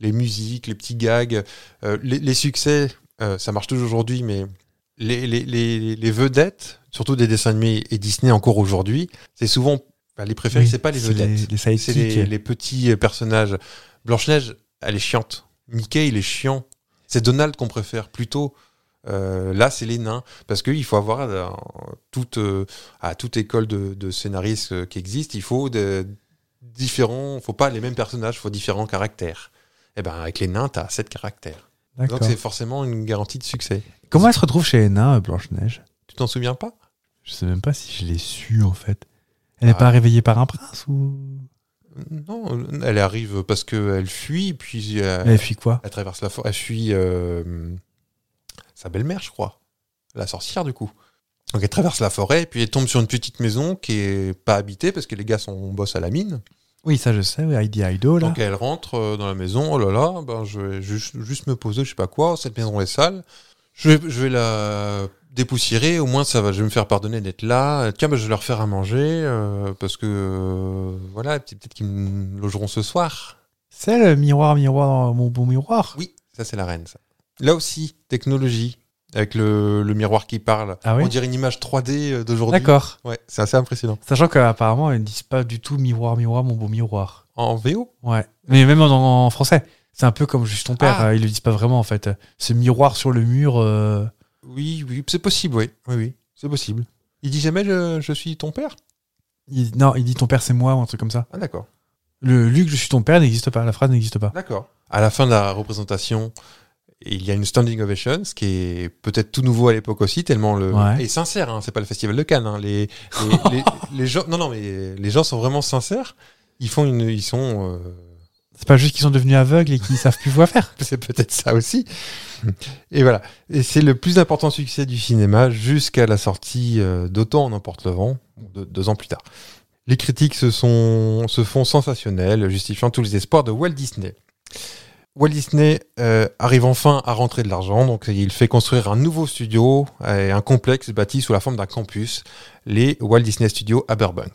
S5: les musiques, les petits gags, euh, les, les succès. euh, ça marche toujours aujourd'hui, mais les, les, les, les vedettes, surtout des dessins animés et Disney encore aujourd'hui, c'est souvent bah, les préférés,
S4: Oui,
S5: c'est pas les
S4: c'est
S5: vedettes.
S4: les- les sidekicks.
S5: C'est les, les petits euh, personnages. Blanche-Neige, elle est chiante. Mickey, il est chiant. C'est Donald qu'on préfère plutôt. Euh, là, c'est les nains. Parce qu'il faut avoir, euh, toute, euh, à toute école de, de scénaristes euh, qui existe, il faut des différents. faut pas les mêmes personnages, il faut différents caractères. Et ben avec les nains, tu as sept caractères.
S4: D'accord.
S5: Donc c'est forcément une garantie de succès.
S4: Comment elle se retrouve chez les nains, euh, Blanche-Neige
S5: Tu t'en souviens pas
S4: Je sais même pas si je l'ai su, en fait. Elle n'est
S5: Ah.
S4: pas réveillée par un prince ou.
S5: Non, elle arrive parce qu'elle fuit, puis euh,
S4: Elle fuit quoi
S5: Elle traverse la forêt. Elle fuit euh, sa belle-mère, je crois. La sorcière, du coup. Donc elle traverse la forêt, puis elle tombe sur une petite maison qui est pas habitée parce que les gars sont boss à la mine.
S4: Oui, ça je sais, oui, Heidi Heido, là.
S5: Donc elle rentre euh, dans la maison. Oh là là, ben je vais juste, juste me poser, je sais pas quoi. Cette maison est sale. Je vais, je vais la dépoussiérer. Au moins ça va. Je vais me faire pardonner d'être là. Tiens, ben, je vais leur faire à manger euh, parce que euh, voilà, puis peut-être qu'ils me logeront ce soir.
S4: C'est le miroir, miroir, mon beau miroir.
S5: Oui, ça c'est la reine. Ça. Là aussi, technologie, avec le, le miroir qui parle.
S4: Ah oui
S5: On dirait une image 3D euh, d'aujourd'hui.
S4: D'accord.
S5: Ouais, c'est assez impressionnant.
S4: Sachant qu'apparemment, elles ne disent pas du tout miroir, miroir, mon beau miroir.
S5: En VO
S4: Ouais. Mais même en, en français. C'est un peu comme juste ton père,
S5: Ah.
S4: euh, ils le disent pas vraiment en fait. Ce miroir sur le mur. euh,
S5: Oui, oui, c'est possible, oui. Oui, oui, c'est possible. Il dit jamais je, je suis ton père
S4: il- non, il dit ton père c'est moi ou un truc comme ça.
S5: Ah d'accord,
S4: Le Luc, je suis ton père n'existe pas, la phrase n'existe pas.
S5: d'accord. À la fin de la représentation, il y a une standing ovation, ce qui est peut-être tout nouveau à l'époque aussi, tellement le
S4: Ouais.
S5: et sincère. hein, c'est pas le festival de Cannes. hein, les, les, les- les gens, non, non, mais les gens sont vraiment sincères. Ils font une, ils sont euh,
S4: C'est pas juste qu'ils sont devenus aveugles et qu'ils savent plus quoi faire.
S5: C'est peut-être ça aussi. Et voilà. Et c'est le plus important succès du cinéma jusqu'à la sortie euh, d'Autant en emporte le vent, de- deux ans plus tard. Les critiques se, sont, se font sensationnelles, justifiant tous les espoirs de Walt Disney. Walt Disney euh, arrive enfin à rentrer de l'argent, donc il fait construire un nouveau studio et un complexe bâti sous la forme d'un campus, les Walt Disney Studios à Burbank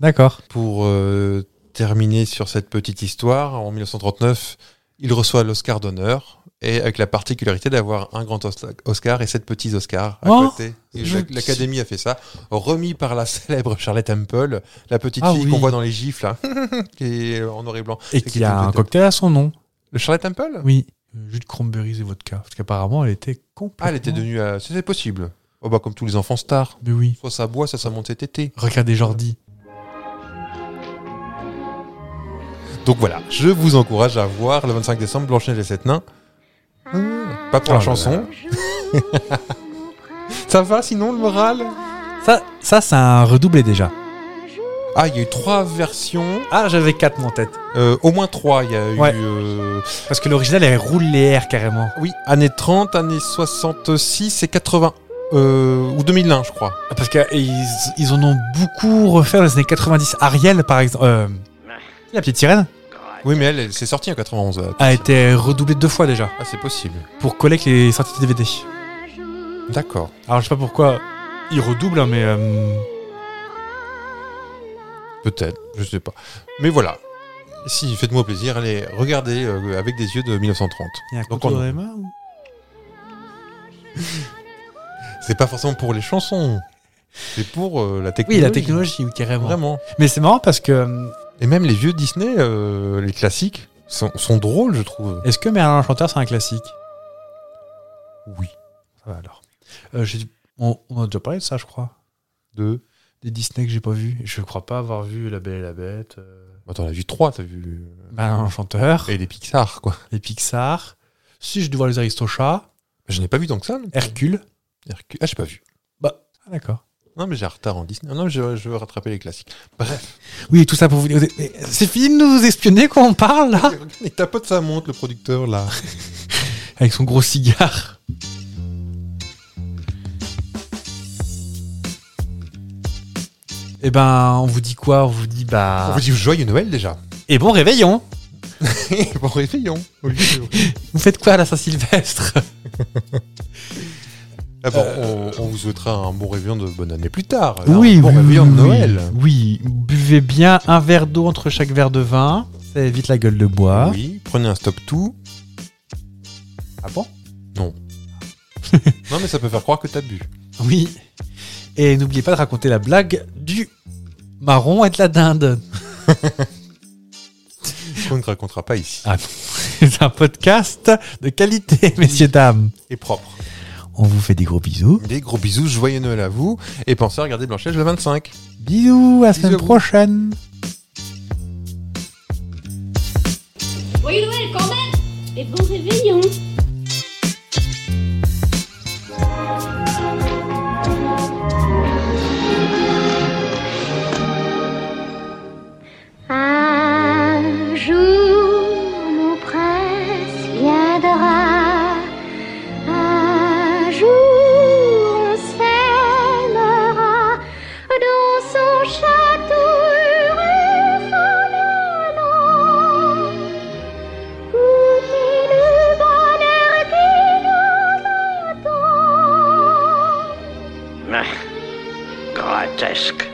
S4: D'accord.
S5: pour euh, terminer sur cette petite histoire, en 1939, il reçoit l'Oscar d'honneur, et avec la particularité d'avoir un grand os- Oscar et sept petits Oscars à
S4: Oh,
S5: côté. Et
S4: je-
S5: l'ac- L'Académie a fait ça, remis par la célèbre Charlotte Temple, la petite
S4: Ah
S5: fille
S4: oui.
S5: qu'on voit dans les gifs, là, qui est en noir et blanc.
S4: Et
S5: C'est
S4: qu'il a
S5: quelqu'un
S4: un
S5: de-
S4: cocktail à son nom.
S5: Le Charlotte Temple
S4: Oui. Euh, Jus de cranberries et vodka. Parce qu'apparemment, elle était complètement.
S5: Ah, elle était devenue... euh, C'était possible. Oh bah comme tous les enfants stars.
S4: Mais oui.
S5: Soit ça boit, soit ça monte cet été.
S4: Regardez Jordi.
S5: Donc voilà, je vous encourage à voir le 25 décembre Blanche-Neige et Sept Nains. Pas pour
S4: Oh là
S5: la chanson. Ça va sinon le moral
S4: Ça, ça c'est un redoublé déjà.
S5: Ah, il y a eu trois versions,
S4: Ah, j'avais 4 en tête.
S5: euh, au moins trois. Il y a
S4: Ouais.
S5: eu. euh,
S4: Parce que l'original, elle roule les airs carrément.
S5: oui, années 30, années 66 et 80. euh, ou 2001, je crois.
S4: Parce qu'ils ils en ont beaucoup refait dans les années 90. Ariel, par exemple. euh, la petite sirène
S5: Oui, mais elle, elle s'est sortie en 91. là.
S4: a été redoublée deux fois déjà
S5: Ah, c'est possible.
S4: pour collecter les sorties DVD.
S5: D'accord.
S4: Alors, je sais pas pourquoi ils redoublent, hein, mais. euh,
S5: Peut-être, je sais pas. Mais voilà. Si, faites-moi plaisir, allez, regardez euh, avec des yeux de 1930.
S4: il y a un
S5: Donc
S4: couteau
S5: on-
S4: dans les mains, ou-
S5: C'est pas forcément pour les chansons, c'est pour euh, la
S4: Oui,
S5: technologie.
S4: la technologie, oui, carrément.
S5: Vraiment.
S4: Mais c'est marrant parce que. euh,
S5: Et même les vieux Disney, euh, les classiques, sont, sont drôles, je trouve.
S4: Est-ce que Merlin l'Enchanteur, c'est un classique
S5: Oui.
S4: Ça va alors. Euh, j'ai- on, on en a déjà parlé de ça, je crois.
S5: Deux.
S4: Des Disney que j'ai pas vu. Je crois pas avoir vu La Belle et la Bête. euh,
S5: Attends, on a vu trois, t'as vu. euh,
S4: Merlin l'Enchanteur.
S5: Et les Pixar, quoi.
S4: les Pixar. Si je dois voir les Aristochats,
S5: Je n'ai pas vu tant que ça. non
S4: Hercule.
S5: Hercule- Ah, j'ai pas vu.
S4: Ah, d'accord.
S5: Non, mais j'ai un retard en Disney. Non, mais je, je veux rattraper les classiques. Bref.
S4: Oui, tout ça pour vous dire. mais C'est fini de nous espionner quand on parle, là
S5: Il tapote sa montre, le producteur, là.
S4: Avec son gros cigare. Eh ben, on vous dit quoi On vous dit bah.
S5: Ah. On vous dit joyeux Noël, déjà.
S4: Et bon réveillon
S5: bon réveillon. Au lieu de-
S4: Vous faites quoi à la Saint-Sylvestre
S5: Ah bon, on, on vous souhaitera un bon réveillon de bonne année plus tard.
S4: Oui,
S5: Un bon
S4: oui,
S5: réveillon de
S4: oui,
S5: Noël.
S4: Oui, buvez bien un verre d'eau entre chaque verre de vin. Ça évite la gueule de bois.
S5: Oui, prenez un stop tout.
S4: Ah bon
S5: Non, mais ça peut faire croire que t'as bu.
S4: Oui. Et n'oubliez pas de raconter la blague du marron et de la dinde.
S5: On ne racontera pas ici.
S4: Ah C'est un podcast de qualité, messieurs, dames.
S5: Et propre.
S4: On vous fait des gros bisous.
S5: Des gros bisous, joyeux Noël à vous. Et pensez à regarder Blanchège le 25.
S4: Bisous, à la
S5: Bisous
S4: semaine
S5: à vous.
S4: prochaine.
S7: Joyeux Noël quand même Et bon réveillon
S2: Un jour, mon prince viendra. Un jour, on s'aimera dans son château heureux s'en allant. Goûter le bonheur qui nous attend.
S3: Grotesque.